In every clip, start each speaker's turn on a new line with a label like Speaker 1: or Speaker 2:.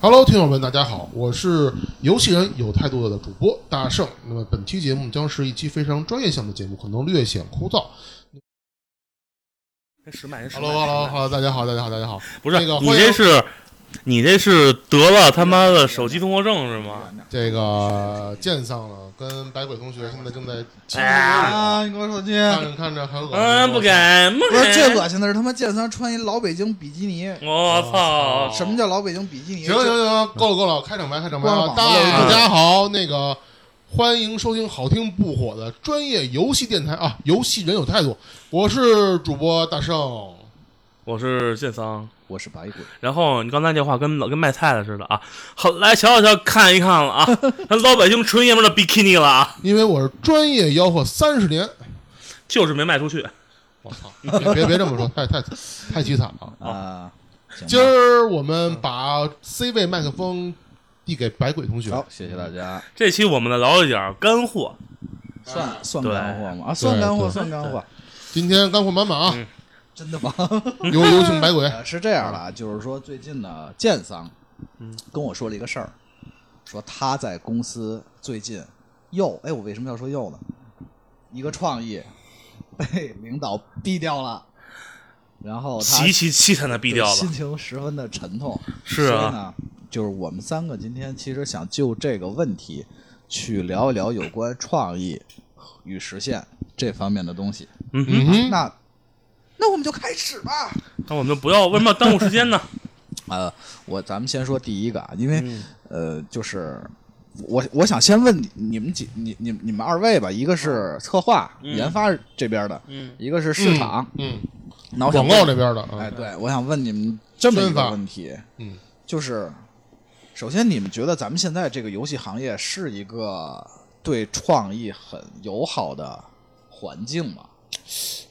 Speaker 1: Hello，听友们，大家好，我是游戏人有态度的主播大圣。那么本期节目将是一期非常专业性的节目，可能略显枯燥。
Speaker 2: 跟十买人
Speaker 1: h e l l o h e l l o h e l l o 大家 好，大家好，大家好。
Speaker 2: 不是
Speaker 1: 那个
Speaker 2: 你
Speaker 1: 欢迎
Speaker 2: 这是你这是得了他妈的手机通过证是吗？
Speaker 1: 这个见上了，跟百鬼同学现在正在
Speaker 2: 哎呀
Speaker 3: 啊！你给我手机！
Speaker 1: 看着看着还有恶心
Speaker 2: 嗯，不给，不
Speaker 3: 不是最
Speaker 2: 给。
Speaker 3: 恶心的是他妈剑三穿一老北京比基尼，
Speaker 2: 我
Speaker 3: 哦
Speaker 2: 操！
Speaker 3: 什么叫老北京比基尼？
Speaker 1: 行行行行，够了够了，开场白开场白
Speaker 3: 光
Speaker 1: 啊！
Speaker 3: 膀子
Speaker 1: 大大
Speaker 3: 了
Speaker 1: 家好，那个欢迎收听好听不火的专业游戏电台啊，游戏人有态度，我是主播大圣。
Speaker 2: 我是剑桑。
Speaker 3: 我是白鬼，
Speaker 2: 然后你刚才那话跟老跟卖菜的似的啊！好，来瞧瞧瞧，看一看了 啊！那老北京纯爷们儿的 bikini 了啊，
Speaker 1: 因为我是专业吆喝三十年，
Speaker 2: 就是没卖出去。
Speaker 1: 我操！ 别别别这么说，太太太凄惨了。
Speaker 3: 啊！
Speaker 1: 今儿我们把 C 位麦克风递给百鬼同学，
Speaker 4: 好，谢谢大家。
Speaker 2: 这期我们呢聊一点干货，
Speaker 3: 算嗯算
Speaker 2: 对
Speaker 3: 干货吗？啊，算
Speaker 1: 对
Speaker 3: 干货，
Speaker 1: 对
Speaker 3: 算干货，
Speaker 1: 今天干货满满啊！
Speaker 3: 真的吗？
Speaker 1: 有有请百鬼，
Speaker 3: 呃 是这样的啊，就是说最近呢，剑桑，
Speaker 2: 嗯，
Speaker 3: 跟我说了一个事儿，说他在公司最近又，哎，我为什么要说又呢？一个创意 被领导毙掉了，然后哦他
Speaker 2: 极其凄惨的毙掉
Speaker 3: 心
Speaker 2: 了。
Speaker 3: 情十分的沉痛。
Speaker 2: 是
Speaker 3: 所以
Speaker 2: 啊，
Speaker 3: 呢，就是我们三个今天其实想就这个问题去聊一聊有关创意与实现这方面的东西。
Speaker 2: 嗯哼，
Speaker 1: 嗯哼，
Speaker 3: 那那我们就开始吧。
Speaker 2: 那我们就不要为什么要耽误时间呢？
Speaker 3: 呃，我咱们先说第一个啊，因为、
Speaker 1: 嗯
Speaker 3: 呃，就是我我想先问你你们几你你你们二位吧，一个是策划、
Speaker 2: 嗯
Speaker 3: 研发这边的，
Speaker 2: 嗯
Speaker 3: 一个是市场。
Speaker 1: 嗯，
Speaker 3: 那我想
Speaker 1: 广
Speaker 3: 问
Speaker 1: 告这边的啊
Speaker 3: 哎，，对，我想问你们这么一
Speaker 1: 宣发
Speaker 3: 个问题，
Speaker 1: 嗯，
Speaker 3: 就是首先你们觉得咱们现在这个游戏行业是一个对创意很友好的环境吗？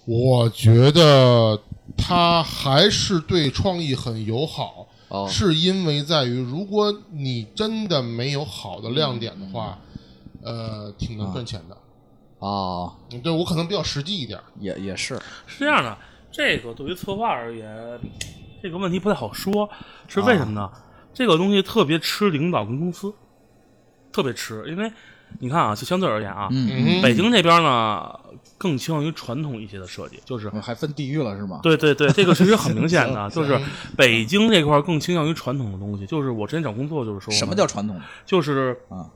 Speaker 1: 我觉得他还是对创意很友好，
Speaker 3: 哦
Speaker 1: 是因为在于如果你真的没有好的亮点的话，呃，挺难赚钱的。
Speaker 3: 哦，
Speaker 1: 嗯对我可能比较实际一点，
Speaker 3: 也也是，
Speaker 2: 是这样的，这个对于策划而言，这个问题不太好说，是为什么呢？
Speaker 3: 啊
Speaker 2: 这个东西特别吃领导跟公司，特别吃，因为你看啊，就相对而言啊，
Speaker 1: 嗯
Speaker 2: 北京这边呢更倾向于传统一些的设计，就是。
Speaker 3: 嗯还分地域了是吗？
Speaker 2: 对对对，这个其实很明显 的，就是
Speaker 1: 嗯
Speaker 2: 北京这块儿更倾向于传统的东西。就是我之前找工作就是说，
Speaker 3: 什么叫传统？
Speaker 2: 就是
Speaker 3: 啊，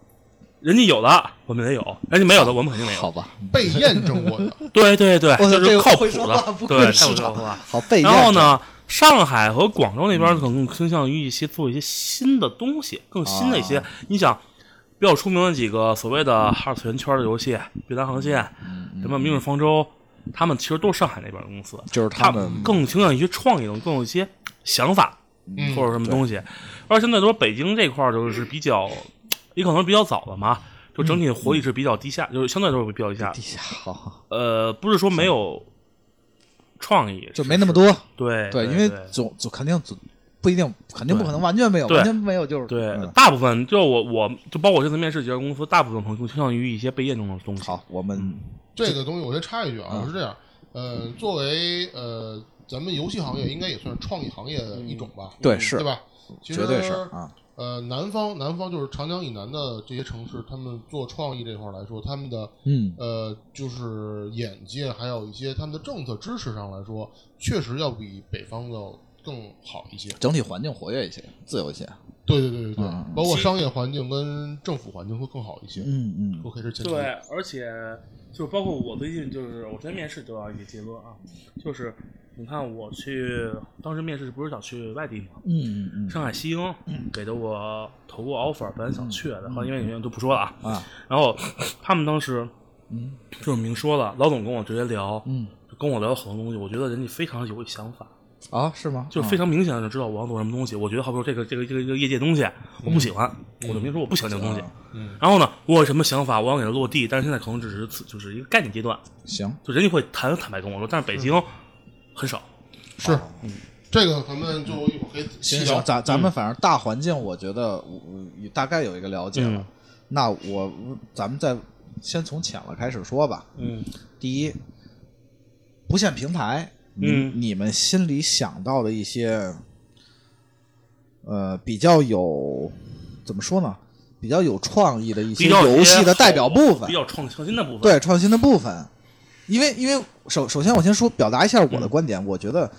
Speaker 2: 人家有的我们得有，人家没有的我们肯定没有。
Speaker 3: 好吧，
Speaker 1: 被验证过的，
Speaker 2: 对对对，
Speaker 3: 操
Speaker 2: 就
Speaker 3: 这
Speaker 2: 是
Speaker 3: 个
Speaker 2: 靠谱
Speaker 3: 会说话
Speaker 2: 的
Speaker 3: 不，愧
Speaker 2: 对，
Speaker 3: 是
Speaker 2: 太有
Speaker 3: 场
Speaker 2: 话。
Speaker 3: 好背。
Speaker 2: 然后？呢，上海和广州那边可能更倾向于一些做一些新的东西，更新的一
Speaker 3: 啊
Speaker 2: 些。你想，比较出名的几个所谓的二次元圈的游戏，《碧蓝航线》
Speaker 3: 嗯
Speaker 2: 什么《明日方舟》，他们其实都是上海那边的公司，
Speaker 3: 就是
Speaker 2: 他
Speaker 3: 他们
Speaker 2: 更倾向于创意的，更有一些想法
Speaker 1: 嗯
Speaker 2: 或者什么东西。而现在说北京这块儿就是比较，也可能比较早了嘛。就整体的活力是比较低下，就是相对来说比较低下
Speaker 3: 地。嗯下好，
Speaker 2: 呃，不是说没有创意，
Speaker 3: 就没那么多。
Speaker 2: 对
Speaker 3: 对，因
Speaker 2: 对
Speaker 3: 为
Speaker 2: 对
Speaker 3: 总总肯定总不一定，肯定不
Speaker 2: 对
Speaker 3: 可能完全没有，
Speaker 2: 对
Speaker 3: 完全没有就是
Speaker 2: 对，
Speaker 3: 嗯
Speaker 2: 大部分就我我就包括我这次面试几家公司，大部分朋友倾向于一些被验证的东西。
Speaker 3: 好，我们
Speaker 1: 这个东西我先插一句啊，
Speaker 3: 嗯
Speaker 1: 是这样，呃，作为呃咱们游戏行业应该也算是创意行业的一种吧，
Speaker 3: 对嗯是
Speaker 1: 对吧？其实
Speaker 3: 绝对是啊，
Speaker 1: 呃，南方南方就是长江以南的这些城市，他们做创意这块儿来说，他们的
Speaker 3: 嗯，
Speaker 1: 呃，就是眼界，还有一些他们的政策支持上来说，确实要比北方要更好一些。
Speaker 3: 整体环境活跃一些，自由一些。
Speaker 1: 对对对对对，
Speaker 3: 嗯嗯
Speaker 1: 包括商业环境跟政府环境会更好一些。
Speaker 3: 嗯嗯，
Speaker 1: OK，这前提。
Speaker 2: 对，而且就包括我最近就是我昨天面试得到一个结论啊，就是你看我去当时面试不是想去外地嘛，
Speaker 3: 嗯嗯
Speaker 2: 上海西英给的我投过 offer，本来想去的，后来因为原因就不说了啊。
Speaker 3: 嗯啊，
Speaker 2: 然后他们当时
Speaker 3: 嗯
Speaker 2: 就是明说了，老总跟我直接聊，
Speaker 3: 嗯
Speaker 2: 就跟我聊很多东西，我觉得人家非常有想法。
Speaker 3: 啊，是吗？
Speaker 2: 就是非常明显的知道我要做什么东西。我觉得好比说这个这个这个这个业界东西，啊我不喜欢，我就明说我不喜欢这个东西。
Speaker 1: 嗯
Speaker 2: 然后呢，我有什么想法，我要给它落地，但是现在可能只是此就是一个概念阶段，
Speaker 3: 嗯行，
Speaker 2: 就人家会坦坦白跟我说，但是北京很少。
Speaker 1: 是，
Speaker 3: 嗯
Speaker 1: 这个咱们就一会儿可以细
Speaker 3: 行
Speaker 1: 聊
Speaker 3: 行，。嗯咱咱们反正大环境，我觉得我我大概有一个了解了
Speaker 2: 嗯。
Speaker 3: 那我咱们再先从浅了开始说吧。
Speaker 2: 嗯，
Speaker 3: 第一，不限平台，你
Speaker 2: 嗯
Speaker 3: 你们心里想到的一些呃比较有怎么说呢，比较有创意的一些
Speaker 2: 比较有
Speaker 3: 游
Speaker 2: 一些
Speaker 3: 戏的代
Speaker 2: 好
Speaker 3: 表部分
Speaker 2: 比，较创创新的部分。
Speaker 3: 对创新的部分。因为因为首首先我先说表达一下我的观点，我觉得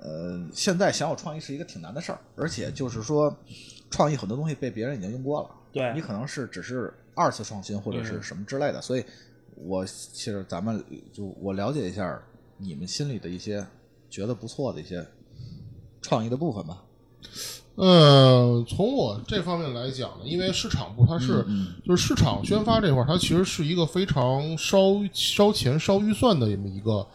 Speaker 3: 呃现在想要创意是一个挺难的事儿，而且就是说创意很多东西被别人已经用过了，
Speaker 2: 对
Speaker 3: 你可能是只是二次创新或者是
Speaker 2: 嗯
Speaker 3: 什么之类的，所以我其实咱们就我了解一下你们心里的一些觉得不错的一些创意的部分吧。
Speaker 1: 呃，从我这方面来讲呢，因为市场部它
Speaker 3: 嗯
Speaker 1: 是、就是市场宣发这块儿，它其实是一个非常烧烧钱、烧预算的这么一个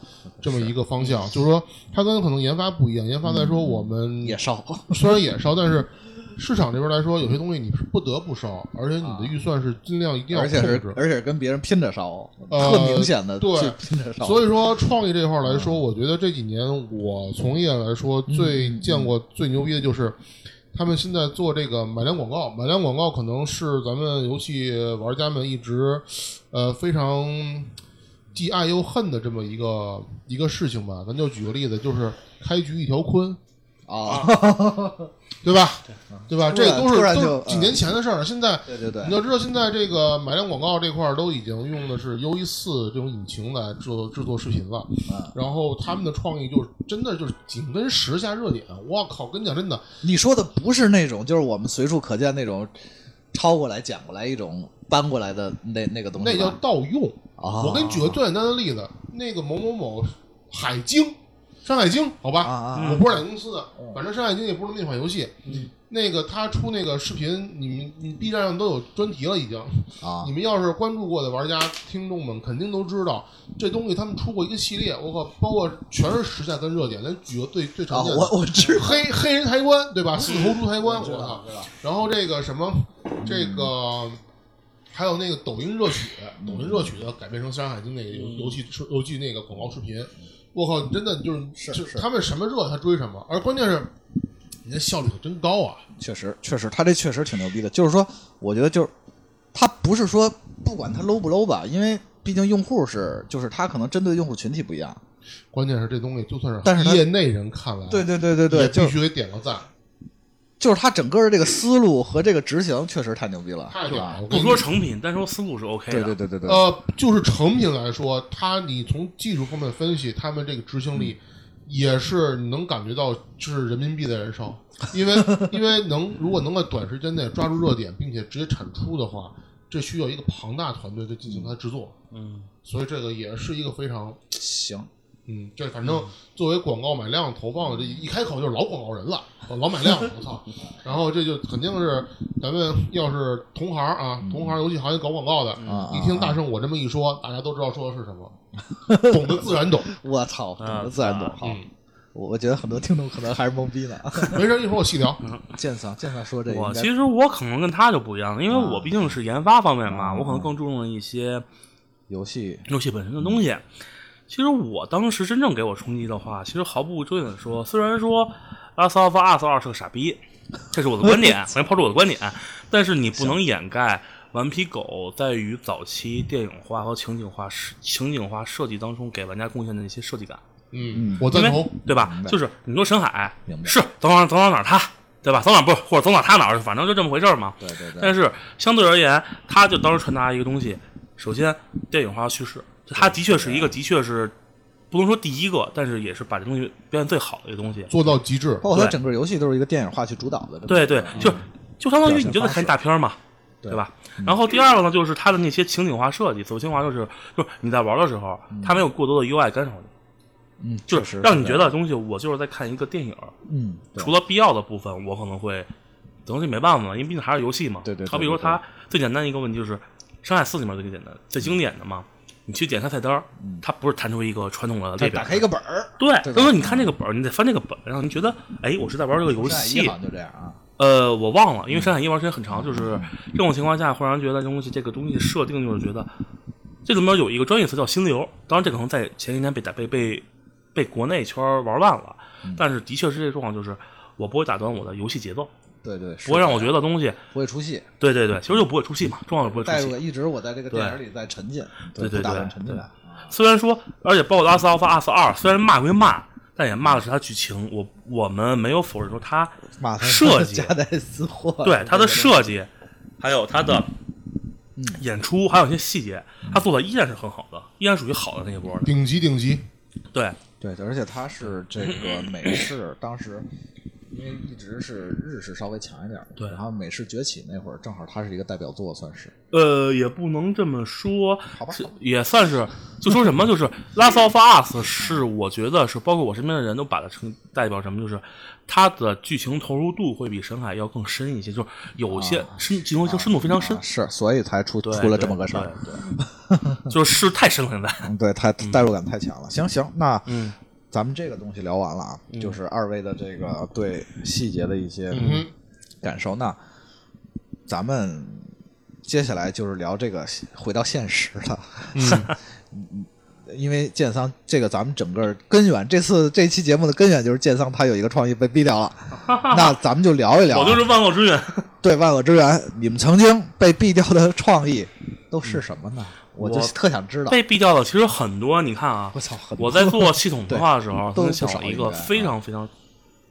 Speaker 1: 这么一个方向。就是说，它跟可能研发不一样，研发来说
Speaker 3: 嗯
Speaker 1: 我们
Speaker 3: 也烧，
Speaker 1: 虽然也烧，但是市场这边来说，有些东西你是不得不烧，而且你的预算是尽量一定要
Speaker 3: 啊而
Speaker 1: 控制
Speaker 3: 且。是而且是跟别人拼着烧，
Speaker 1: 呃
Speaker 3: 特明显的
Speaker 1: 对
Speaker 3: 去拼着烧。
Speaker 1: 所以说，创意这块儿来说，我觉得这几年我从业来说，最见过最牛逼的就是他们现在做这个买量广告。买量广告可能是咱们游戏玩家们一直呃非常既爱又恨的这么一个一个事情吧。咱就举个例子，就是开局一条鲲，
Speaker 3: 啊，
Speaker 1: 对吧？对吧？
Speaker 3: 突
Speaker 1: 这
Speaker 3: 然
Speaker 1: 都是
Speaker 3: 突然
Speaker 1: 都
Speaker 3: 就是
Speaker 1: 几
Speaker 3: 嗯
Speaker 1: 年前的事儿了。现在
Speaker 3: 对对 对
Speaker 1: 你，要知道，现在这个买量广告这块儿都已经用的是 U E 四这种引擎来制作制作视频了，
Speaker 3: 嗯
Speaker 1: 然后他们的创意就是真的就是紧跟时下热点。我靠，跟你讲真的，
Speaker 3: 你说的不是那种，就是我们随处可见那种抄过来、捡过来一种搬过来的那那个东
Speaker 1: 那
Speaker 3: 西
Speaker 1: 叫
Speaker 3: 吧。
Speaker 1: 盗用。
Speaker 3: 啊
Speaker 1: 我给你举个最简单的例子，那个某某某海晶，山海经，好吧，
Speaker 3: 啊啊嗯
Speaker 2: 啊
Speaker 1: 我不是哪个公司的，反正山海经也不是那款游戏。那个他出那个视频，你们你 B 站上都有专题了，已经。
Speaker 3: 啊
Speaker 1: 你们要是关注过的玩家听众们，肯定都知道这东西他们出过一个系列，我靠，包括全是时下跟热点。咱举个最最
Speaker 3: 啊！
Speaker 1: 常见的，
Speaker 3: 我我知 道，
Speaker 1: 黑黑人抬棺，对吧？四头猪抬棺，我操
Speaker 3: 知道！
Speaker 1: 然后这个什么，这个还有那个抖音热曲，
Speaker 3: 嗯
Speaker 1: 抖音热曲的改编成《山海经》那个游游戏出游戏那个广告视频，我靠，你真的就是
Speaker 3: 是
Speaker 1: 就是他们什么热他追什么，而关键是你的效率可真高啊！
Speaker 3: 确实确实，他这确实挺牛逼的。就是说，我觉得就是他不是说不管他 low 不 low 吧，因为毕竟用户是就是他可能针对用户群体不一样。
Speaker 1: 关键是这东西就算
Speaker 3: 但是他
Speaker 1: 业内人看来，
Speaker 3: 对对对对对，
Speaker 1: 也
Speaker 3: 就
Speaker 1: 必须得点个赞，
Speaker 3: 就是他整个的这个思路和这个执行确实太牛逼了，
Speaker 1: 太
Speaker 3: 对
Speaker 1: 屌
Speaker 3: 吧
Speaker 1: 了！？我
Speaker 2: 不
Speaker 1: 跟你
Speaker 2: 说成品，但说思路是 OK 的。
Speaker 3: 对对对对对，
Speaker 1: 呃，就是成品来说，它你从技术方面分析，他们这个执行力也是你能感觉到是人民币在燃烧，因为因为能如果能在短时间内抓住热点，并且直接产出的话，这需要一个庞大团队在进行它的制作，
Speaker 2: 嗯，
Speaker 1: 所以这个也是一个非常
Speaker 3: 行，
Speaker 1: 嗯，这反正作为广告买量投放的，这一开口就是老广告人了，老买量，我操！然后这就肯定是咱们要是同行啊，同行游戏行业搞广告的
Speaker 3: 嗯，
Speaker 1: 一听大圣我这么一说，大家都知道说的是什 么，懂的自然懂。
Speaker 3: 我操，懂
Speaker 2: 啊
Speaker 3: 得自然懂
Speaker 2: 啊
Speaker 3: 好。
Speaker 1: 嗯
Speaker 3: 我我觉得很多听众可能还是懵逼的。
Speaker 1: 没事，一会儿我细聊。
Speaker 3: 建桑，建桑说这
Speaker 2: 我
Speaker 3: 应该
Speaker 2: 其实我可能跟他就不一样，因为我毕竟是研发方面嘛，
Speaker 3: 啊
Speaker 2: 我可能更注重一些
Speaker 3: 游戏
Speaker 2: 游戏本身的东西。其实我当时真正给我冲击的话，其实毫不遮掩的说，虽然说《Last of Us 二》是个傻逼，这是我的观点， 我先抛出我的观点，但是你不能掩盖《顽皮狗》在于早期电影化和情景化设情景化设计当中给玩家贡献的一些设计感。
Speaker 1: 嗯
Speaker 3: 嗯，
Speaker 1: 我赞
Speaker 2: 因为
Speaker 1: 同。
Speaker 2: 对吧
Speaker 3: 明？白
Speaker 2: 就是你说沈海
Speaker 3: 明白
Speaker 2: 是走哪儿走哪儿哪儿他，对吧？走哪儿不是或者走哪儿他哪儿，反正就这么回事儿嘛。
Speaker 3: 对对对，
Speaker 2: 但是相对而言，他就当时传达一个东西，首先电影化叙事，他的确是一个，的确是不能说第一个，但是也是把这东西表现最好的一个东西。
Speaker 1: 做到极致，
Speaker 3: 包括它
Speaker 2: 对
Speaker 3: 整个游戏都是一个电影化去主导的。这么
Speaker 2: 对
Speaker 3: 一个
Speaker 2: 对，就就相当于你就
Speaker 3: 表现
Speaker 2: 在
Speaker 3: 方
Speaker 2: 看一
Speaker 3: 式
Speaker 2: 大片儿嘛，
Speaker 3: 对嗯
Speaker 2: 对吧？然后第二个呢，就是它的那些情景化设计，走情化就是就是你在玩的时候，它没有过多的 UI 干扰你，
Speaker 3: 嗯，
Speaker 2: 就
Speaker 3: 确实
Speaker 2: 是让你
Speaker 3: 这
Speaker 2: 觉
Speaker 3: 样
Speaker 2: 得东西我就是在看一个电影儿，
Speaker 3: 嗯，对
Speaker 2: 除了必要的部分，我可能会，等于没办法，因为毕竟还是游戏嘛。
Speaker 3: 对对对
Speaker 2: 好比说，它最简单的一个问题就是《山海四》里面最简单、最经典的嘛，你去点开菜单儿，它不是弹出一个传统的
Speaker 3: 嗯它
Speaker 2: 列表
Speaker 3: 打，开一个本儿，
Speaker 2: 对，
Speaker 3: 对吧
Speaker 2: 他说你看这个本儿，你得翻这个本儿，然后你觉得，哎，我是在玩这个游
Speaker 3: 山海一
Speaker 2: 戏
Speaker 3: 好，像就这样啊。
Speaker 2: 呃，我忘了，因为《山海一》玩时间很长，
Speaker 3: 嗯
Speaker 2: 就是这种情况下，忽然觉得东西这个东西设定就是觉得，这里面有一个专业词叫心流，当然这可能在前些年被打被被被国内圈儿玩烂了，
Speaker 3: 嗯
Speaker 2: 但是的确是这状况，就是我不会打断我的游戏节奏，
Speaker 3: 对对，是
Speaker 2: 不会让我
Speaker 3: 这
Speaker 2: 觉得东西，
Speaker 3: 样不会出戏，
Speaker 2: 对对对，其实就不会出戏嘛，重要是不会出
Speaker 3: 带入
Speaker 2: 戏。
Speaker 3: 感一直我在这个电影里在沉浸，
Speaker 2: 对
Speaker 3: 不
Speaker 2: 对
Speaker 3: 打
Speaker 2: 对
Speaker 3: 断沉
Speaker 2: 对
Speaker 3: 浸感啊
Speaker 2: 虽然说，而且包括《阿斯奥法阿斯二》，虽然骂归骂，但也骂的是他剧情。我我们没有否认说他
Speaker 3: 马赛
Speaker 2: 设计
Speaker 3: 夹带私货，
Speaker 2: 对他的
Speaker 3: 这个
Speaker 2: 设计，还有他的
Speaker 3: 嗯
Speaker 2: 演出，还有一些细节，他做的依然是很好的，依然属于好的那一波的。
Speaker 1: 顶级顶级，
Speaker 2: 对，
Speaker 3: 对，而且它是这个美式，当时因为一直是日式稍微强一点儿，
Speaker 2: 对
Speaker 3: 然后美式崛起那会儿，正好它是一个代表作，算是
Speaker 2: 呃，也不能这么说，
Speaker 3: 好吧
Speaker 2: 是也算是就说什么，就是《Last of Us》是我觉得是包括我身边的人都把它称代表什么，就是它的剧情投入度会比《神海》要更深一些，就是有些深剧情深度非常深
Speaker 3: 啊，是，所以才出
Speaker 2: 对
Speaker 3: 出了这么个事儿，，
Speaker 2: 对 对对就是太深了现在。
Speaker 3: 嗯对，太代入感太强了。行行，那
Speaker 2: 嗯
Speaker 3: 咱们这个东西聊完了啊，就是二位的这个对细节的一些
Speaker 1: 嗯
Speaker 3: 感受。那咱们接下来就是聊这个回到现实了，
Speaker 1: 嗯，
Speaker 3: 因为建桑这个咱们整个根源，这次这期节目的根源就是建桑他有一个创意被毙掉了， 那咱们就聊一聊啊、
Speaker 2: 我就是万恶之源。
Speaker 3: 对万恶之源，你们曾经被毙掉的创意都是什么呢？我就
Speaker 2: 嗯我
Speaker 3: 特想知道。
Speaker 2: 被毙掉的其实很多，你看啊
Speaker 3: 我，操，很
Speaker 2: 我在做系统
Speaker 3: 对
Speaker 2: 化的时候，
Speaker 3: 都
Speaker 2: 曾
Speaker 3: 不
Speaker 2: 经想
Speaker 3: 少
Speaker 2: 了一
Speaker 3: 应
Speaker 2: 个
Speaker 3: 该啊
Speaker 2: 非常非常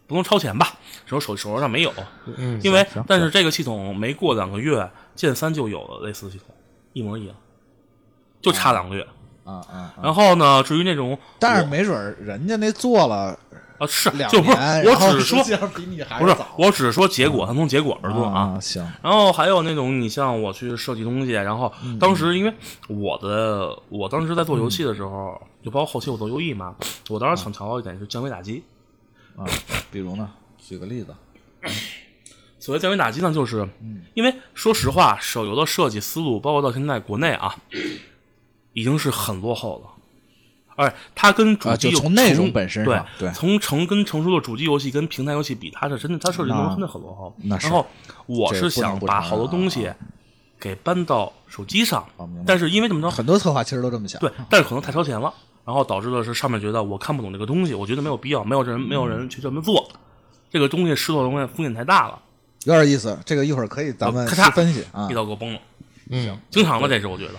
Speaker 2: 不能超前吧，手手手头上没有，
Speaker 1: 嗯
Speaker 2: 因为
Speaker 3: 行行
Speaker 2: 但是这个系统没过两个月，剑三就有了类似的系统，一模一样，就差两个月。
Speaker 3: 啊啊啊！
Speaker 2: 然后呢，至于那种
Speaker 3: 但是
Speaker 2: 我
Speaker 3: 没准儿人家那做 了
Speaker 2: 啊是
Speaker 3: 两
Speaker 2: 就
Speaker 3: 年，
Speaker 2: 不是，我
Speaker 3: 然后
Speaker 2: 只是说
Speaker 3: 实际上 比你还
Speaker 2: 不是
Speaker 3: 早，
Speaker 2: 我只是说结果，他从结果而论啊。
Speaker 3: 啊，行，
Speaker 2: 然后还有那种，你像我去设计东西，然后
Speaker 3: 嗯
Speaker 2: 当时因为我的，我当时在做游戏的时候，就包括后期我做 UE 嘛，我当时想强调一点是降维打击。
Speaker 3: 啊，比如呢， 举个例子，
Speaker 2: 所谓降维打击呢，就是
Speaker 3: 嗯
Speaker 2: 因为说实话，手游的设计思路，包括到现在国内啊，已经是很落后了。而它跟主
Speaker 3: 啊
Speaker 2: 机
Speaker 3: 就
Speaker 2: 有
Speaker 3: 从内容本身上
Speaker 2: 对
Speaker 3: 对
Speaker 2: 从成跟成熟的主机游戏跟平台游戏比，它是真的，它设计内容
Speaker 3: 那
Speaker 2: 真的很落后。
Speaker 3: 那是
Speaker 2: 然后我
Speaker 3: 这
Speaker 2: 是
Speaker 3: 不能
Speaker 2: 想
Speaker 3: 不
Speaker 2: 把
Speaker 3: 承
Speaker 2: 好多
Speaker 3: 认
Speaker 2: 东
Speaker 3: 啊
Speaker 2: 西给搬到手机上
Speaker 3: 啊明白，
Speaker 2: 但是因为这么着，
Speaker 3: 很多策划其实都这么想，
Speaker 2: 对，但是可能太超前了，然后导致的是上面觉得我看不懂这个东西，我觉得没有必要，没有人没有
Speaker 3: 嗯
Speaker 2: 人去这么做，这个东西试错的风险风险太大了，
Speaker 3: 有点意思。这个一会儿可以咱们
Speaker 2: 呃
Speaker 3: 去
Speaker 2: 咔嚓
Speaker 3: 分析啊
Speaker 2: 一。刀给我崩了，
Speaker 1: 嗯。
Speaker 2: 经常的这是我觉得，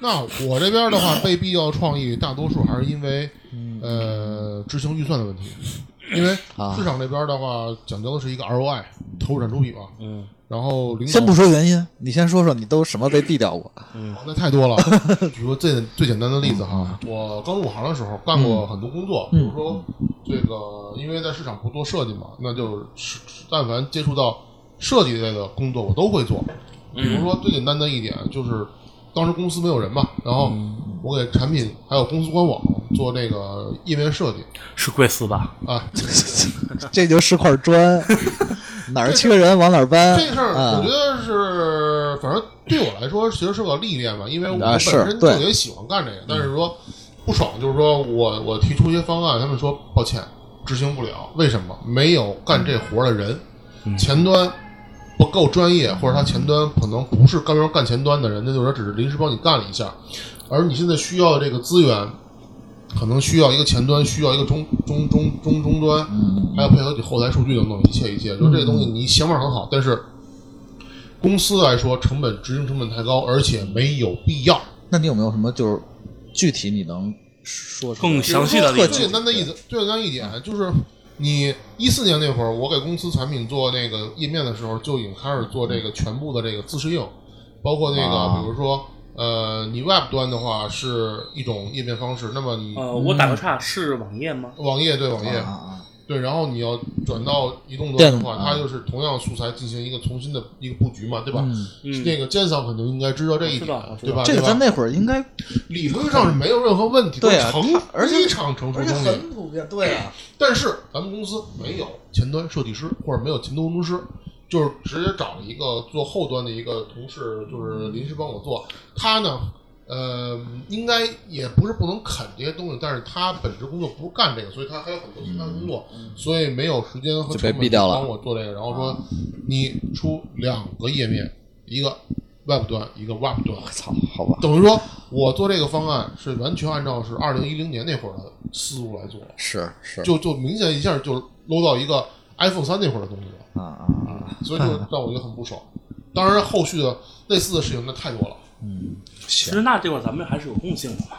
Speaker 1: 那我这边的话，被毙掉创意大多数还是因为呃执行预算的问题，因为
Speaker 3: 嗯啊
Speaker 1: 市场这边的话讲究的是一个 ROI 投入产出比嘛。
Speaker 2: 嗯，
Speaker 1: 然后领导
Speaker 3: 先不说原因，你先说说你都什么被毙掉过？
Speaker 1: 哦那太多了。 比如说最最简单的例子哈，我刚入行的时候干过很多工作，比如说这个，因为在市场部做设计嘛，那就是但凡接触到设计类的工作，我都会做。比如说最简单的一点就是，当时公司没有人嘛，然后我给产品还有公司官网做这个页面设计
Speaker 2: 是贵司吧？
Speaker 1: 啊，
Speaker 3: 这就是块 砖，哪儿缺人往哪儿搬。
Speaker 1: 这事儿
Speaker 3: 啊
Speaker 1: 我觉得是，反正对我来说其实是个历练吧，因为我
Speaker 3: 啊
Speaker 1: 本
Speaker 3: 是
Speaker 1: 身就
Speaker 3: 对
Speaker 1: 也喜欢干这个，但是说不爽就是说我我提出一些方案，他们说抱歉执行不了，为什么？没有干这活儿的人，前端不够专业，或者他前端可能不是刚刚干前端的人，那就是说只是临时帮你干了一下，而你现在需要的这个资源，可能需要一个前端，需要一个中中中中中端，
Speaker 3: 嗯
Speaker 1: 还要配合你后台数据等等一切一切，就这东西你想法很好，但是公司来说成本执行成本太高，而且没有必要。
Speaker 3: 那你有没有什么就是具体你能说出来
Speaker 2: 更详细的例
Speaker 1: 最
Speaker 2: 子
Speaker 1: 简单的一，最简单一点就是，你一四年那会儿，我给公司产品做那个页面的时候，就已经开始做这个全部的这个自适应，包括那
Speaker 3: 啊
Speaker 1: 个比如说，呃，你 Web 端的话是一种页面方式，那么你
Speaker 2: 呃，我打
Speaker 1: 嗯
Speaker 2: 个岔，是网页吗？
Speaker 1: 网页对网页
Speaker 3: 啊啊
Speaker 1: 对，然后你要转到移动端的
Speaker 3: 电
Speaker 1: 话，
Speaker 3: 脑
Speaker 1: 它就是同样素材进行一个重新的一个布局嘛，对吧？
Speaker 3: 嗯
Speaker 2: 嗯
Speaker 1: 那个鉴赏可能应该知道这一
Speaker 2: 我知
Speaker 1: 点
Speaker 2: 道我，知
Speaker 1: 对
Speaker 2: 道
Speaker 1: 吧？
Speaker 3: 啊！这个
Speaker 1: 对吧
Speaker 3: 在那会儿应该
Speaker 1: 理论上是没有任何问题，
Speaker 3: 对啊
Speaker 1: 都
Speaker 3: 它
Speaker 1: 成
Speaker 3: 而且
Speaker 1: 非常成熟的东西，
Speaker 3: 普遍，对啊，
Speaker 1: 但是咱们公司没有前端设计师，或者没有前端工程师，就是直接找了一个做后端的一个同事，就是临时帮我做。他呢，呃，应该也不是不能啃这些东西，但是他本职工作不是干这个，所以他还有很多其他的工作，所以没有时间和
Speaker 3: 嗯就被
Speaker 1: 成
Speaker 3: 毙
Speaker 1: 本
Speaker 3: 掉了啊
Speaker 1: 帮我做这个。然后说，你出两个页面，一个 Web 端，一个 Web 端。
Speaker 3: 我操，好吧，
Speaker 1: 等于说，我做这个方案是完全按照是二零一零年那会儿的思路来做的，
Speaker 3: 是是，
Speaker 1: 就就明显一下就搂到一个 iPhone 三那会儿的东西了，
Speaker 3: 啊啊啊，
Speaker 1: 所以就让我觉得很不爽。当然，后续的类似的事情那太多了。
Speaker 2: 其实那这块儿咱们还是有共性的嘛，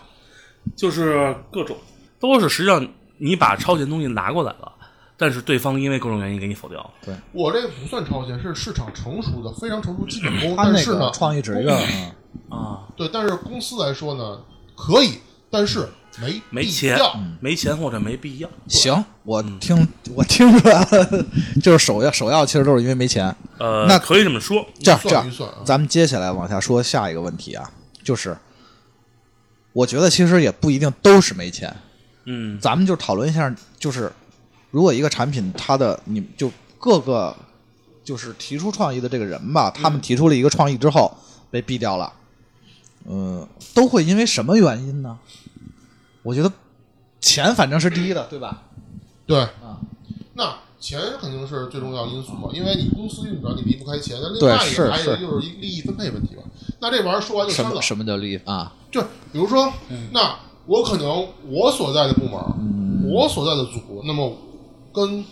Speaker 2: 就是各种都是实际上你把超前东西拿过来了，但是对方因为各种原因给你否掉了。
Speaker 1: 我这不算超前，是市场成熟的，非常成熟基本功。
Speaker 3: 他
Speaker 1: 但
Speaker 3: 那
Speaker 1: 是呢
Speaker 3: 个，创意嗯只是一个，
Speaker 2: 啊，
Speaker 1: 对，但是公司来说呢，可以，但是没
Speaker 2: 没
Speaker 1: 必
Speaker 2: 钱
Speaker 1: 要
Speaker 2: 没钱或者没必要。
Speaker 3: 行，我听我听出来了，就是首要首要其实都是因为没钱。
Speaker 2: 呃，
Speaker 3: 那
Speaker 2: 可以这么说，
Speaker 3: 这样
Speaker 1: 预
Speaker 3: 这
Speaker 1: 算
Speaker 3: 样
Speaker 1: 预，算啊，
Speaker 3: 咱们接下来往下说下一个问题啊，就是我觉得其实也不一定都是没钱，
Speaker 2: 嗯，
Speaker 3: 咱们就讨论一下，就是如果一个产品它的你就各个就是提出创意的这个人吧，他们提出了一个创意之后被毙掉了，嗯，都会因为什么原因呢？我觉得钱反正是第一的，对吧？
Speaker 1: 对
Speaker 3: 啊，
Speaker 1: 那钱肯定是最重要因素嘛，因为你公司运转你离不开钱，那另
Speaker 3: 对
Speaker 1: 外一
Speaker 3: 是
Speaker 1: 个还有
Speaker 3: 是
Speaker 1: 就是一利益分配问题吧。那这玩意儿说完就
Speaker 3: 什
Speaker 1: 删了
Speaker 3: 么，什么叫利益啊？
Speaker 1: 就比如说，那我可能我所在的部门，
Speaker 3: 嗯
Speaker 1: 我所在的组，那么跟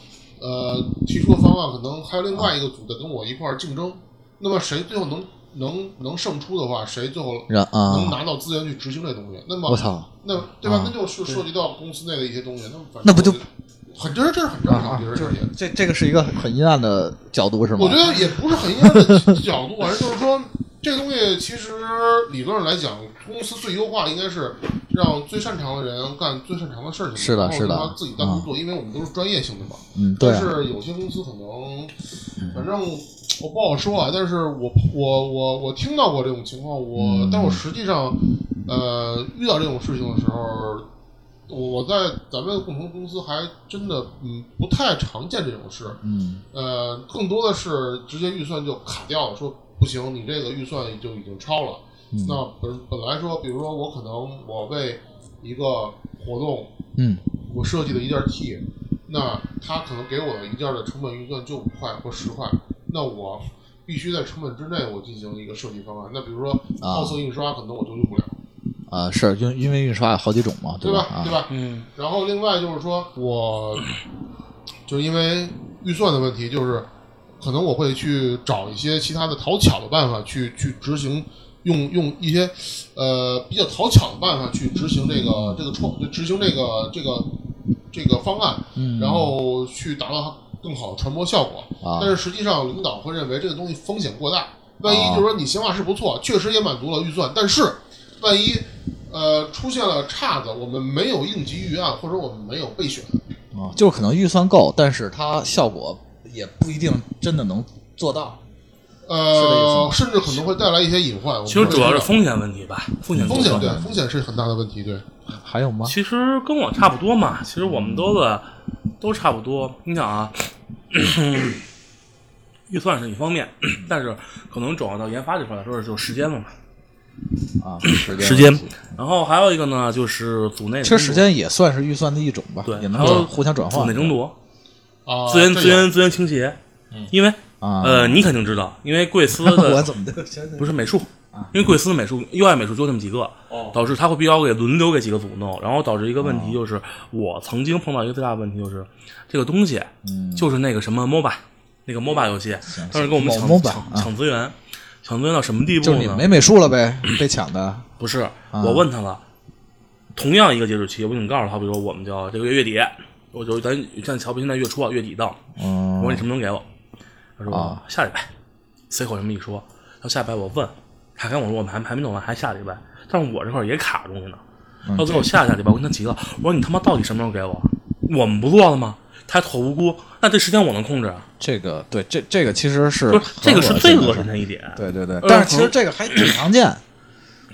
Speaker 1: 呃提出的方案，可能还有另外一个组在跟我一块儿竞争，那么谁最后能能能胜出的话，谁最后
Speaker 3: 人
Speaker 1: 能
Speaker 3: 啊，
Speaker 1: 拿到资源去执行这东西？那
Speaker 3: 我
Speaker 1: 么
Speaker 3: 操，
Speaker 1: 那对吧
Speaker 3: 啊？
Speaker 1: 那就是涉及到公司内的一些东西，那么反正
Speaker 3: 那不就
Speaker 1: 我觉得很这是这是很正
Speaker 3: 啊啊
Speaker 1: 常，这是这些。
Speaker 3: 这这个是一个很阴暗的角度是吗？
Speaker 1: 我觉得也不是很阴暗的角度，反正 就是说，这东西其实理论上来讲，公司最优化应该是让最擅长的人干最擅长的事情，
Speaker 3: 是的
Speaker 1: 然后
Speaker 3: 是的
Speaker 1: 他自己当工作，因为我们都是专业性的嘛。
Speaker 3: 嗯，对嗯
Speaker 1: 但
Speaker 3: 啊，
Speaker 1: 是有些公司可能，反正我不好说啊。但是我我我我听到过这种情况，
Speaker 3: 嗯
Speaker 1: 我但我实际上，呃，遇到这种事情的时候，我我在咱们共同公司还真的嗯不太常见这种事。
Speaker 3: 嗯
Speaker 1: 呃，更多的是直接预算就卡掉了，说不行，你这个预算就已经超了。
Speaker 3: 嗯
Speaker 1: 那本本来说，比如说我可能我为一个活动
Speaker 3: 嗯
Speaker 1: 我设计的一件 T，那他可能给我的一件的成本预算就五块或十块，那我必须在成本之内我进行一个设计方案。那比如说
Speaker 3: 啊
Speaker 1: 奥色印刷，可能我就用不了，
Speaker 3: 啊，是因因为印刷有好几种嘛，
Speaker 1: 对
Speaker 3: 吧
Speaker 1: 吧？？
Speaker 3: 啊
Speaker 1: 对，吧？
Speaker 2: 嗯
Speaker 1: 然后另外就是说我，就是因为预算的问题，就是可能我会去找一些其他的讨巧的办法去去执行，用用一些呃比较讨巧的办法去执行这个这个创执行这个这个这个方案，
Speaker 3: 嗯
Speaker 1: 然后去达到更好的传播效果。
Speaker 3: 啊
Speaker 1: 但是实际上，领导会认为这个东西风险过大。万一
Speaker 3: 啊
Speaker 1: 就是说你想法是不错，确实也满足了预算，但是万一呃出现了岔子，我们没有应急预案，或者我们没有备选，
Speaker 3: 啊，就是可能预算够，但是它效果也不一定真的能做到。是这意思
Speaker 1: 呃
Speaker 3: 吗，
Speaker 1: 甚至可能会带来一些隐患。我们
Speaker 2: 其实
Speaker 1: 会
Speaker 2: 主要是
Speaker 1: 知道
Speaker 2: 风险问题吧，风险
Speaker 1: 风险，
Speaker 2: 问题
Speaker 1: 对风险是很大的问题，对。
Speaker 3: 还有吗？
Speaker 2: 其实跟我差不多嘛，其实我们都的都差不多。你想啊， 预算是一方面， 但是可能转化到研发这块来说，就是时间了嘛。
Speaker 3: 啊，时间
Speaker 2: 时
Speaker 3: 时
Speaker 2: 间，然后还有一个呢，就是组内的
Speaker 3: 其实时间也算是预算的一种吧，
Speaker 2: 对
Speaker 3: 也能
Speaker 2: 还有
Speaker 3: 够互相转
Speaker 2: 组
Speaker 3: 换
Speaker 2: 内争夺、
Speaker 1: 啊，
Speaker 2: 资源
Speaker 1: 这嗯
Speaker 2: 资
Speaker 1: 样
Speaker 2: 源资源倾斜，因为
Speaker 3: 啊。
Speaker 2: 呃，你肯定知道，因为贵司
Speaker 3: 我
Speaker 2: 的
Speaker 3: 怎么的？行行
Speaker 2: 不是美术，
Speaker 3: 啊
Speaker 2: 因为贵司的美术 UI 美术就那么几个，
Speaker 3: 哦
Speaker 2: 导致他会必须要给轮流给几个组弄，然后导致一个问题
Speaker 3: 哦
Speaker 2: 就是，我曾经碰到一个最大的问题就是，这个东西
Speaker 3: 嗯
Speaker 2: 就是那个什么 MOBA 那个 MOBA 游戏，当时跟我们
Speaker 3: 某
Speaker 2: 抢
Speaker 3: MOBA
Speaker 2: 抢
Speaker 3: 啊
Speaker 2: 抢资源，抢资源到什么地步
Speaker 3: 就是你
Speaker 2: 呢？
Speaker 3: 没美啊术 了呗，被抢的
Speaker 2: 不是，我问他了，同样一个截止期，我给你告诉他，比如说我们就这个月月底，我就咱像乔布现在月初啊，月底到，
Speaker 3: 嗯
Speaker 2: 我说你什么时候给我？他说、
Speaker 3: 啊
Speaker 2: 下礼拜，随口这么一说，到下礼拜我问，他跟我说我们还还没弄完，还下礼拜，但是我这块儿也卡东西呢，
Speaker 3: 嗯
Speaker 2: 到最后下下礼拜我跟他急了，我说你他妈到底什么时候给我？我们不做了吗？他还妥无辜，那这时间我能控制啊？
Speaker 3: 这个对，这这个其实是
Speaker 2: 不是，这个是
Speaker 3: 很恶
Speaker 2: 最
Speaker 3: 心的
Speaker 2: 恶
Speaker 3: 事
Speaker 2: 心
Speaker 3: 儿
Speaker 2: 的一点。
Speaker 3: 对对对
Speaker 2: 呃，
Speaker 3: 但是其实
Speaker 2: 从
Speaker 3: 这个还挺 常见，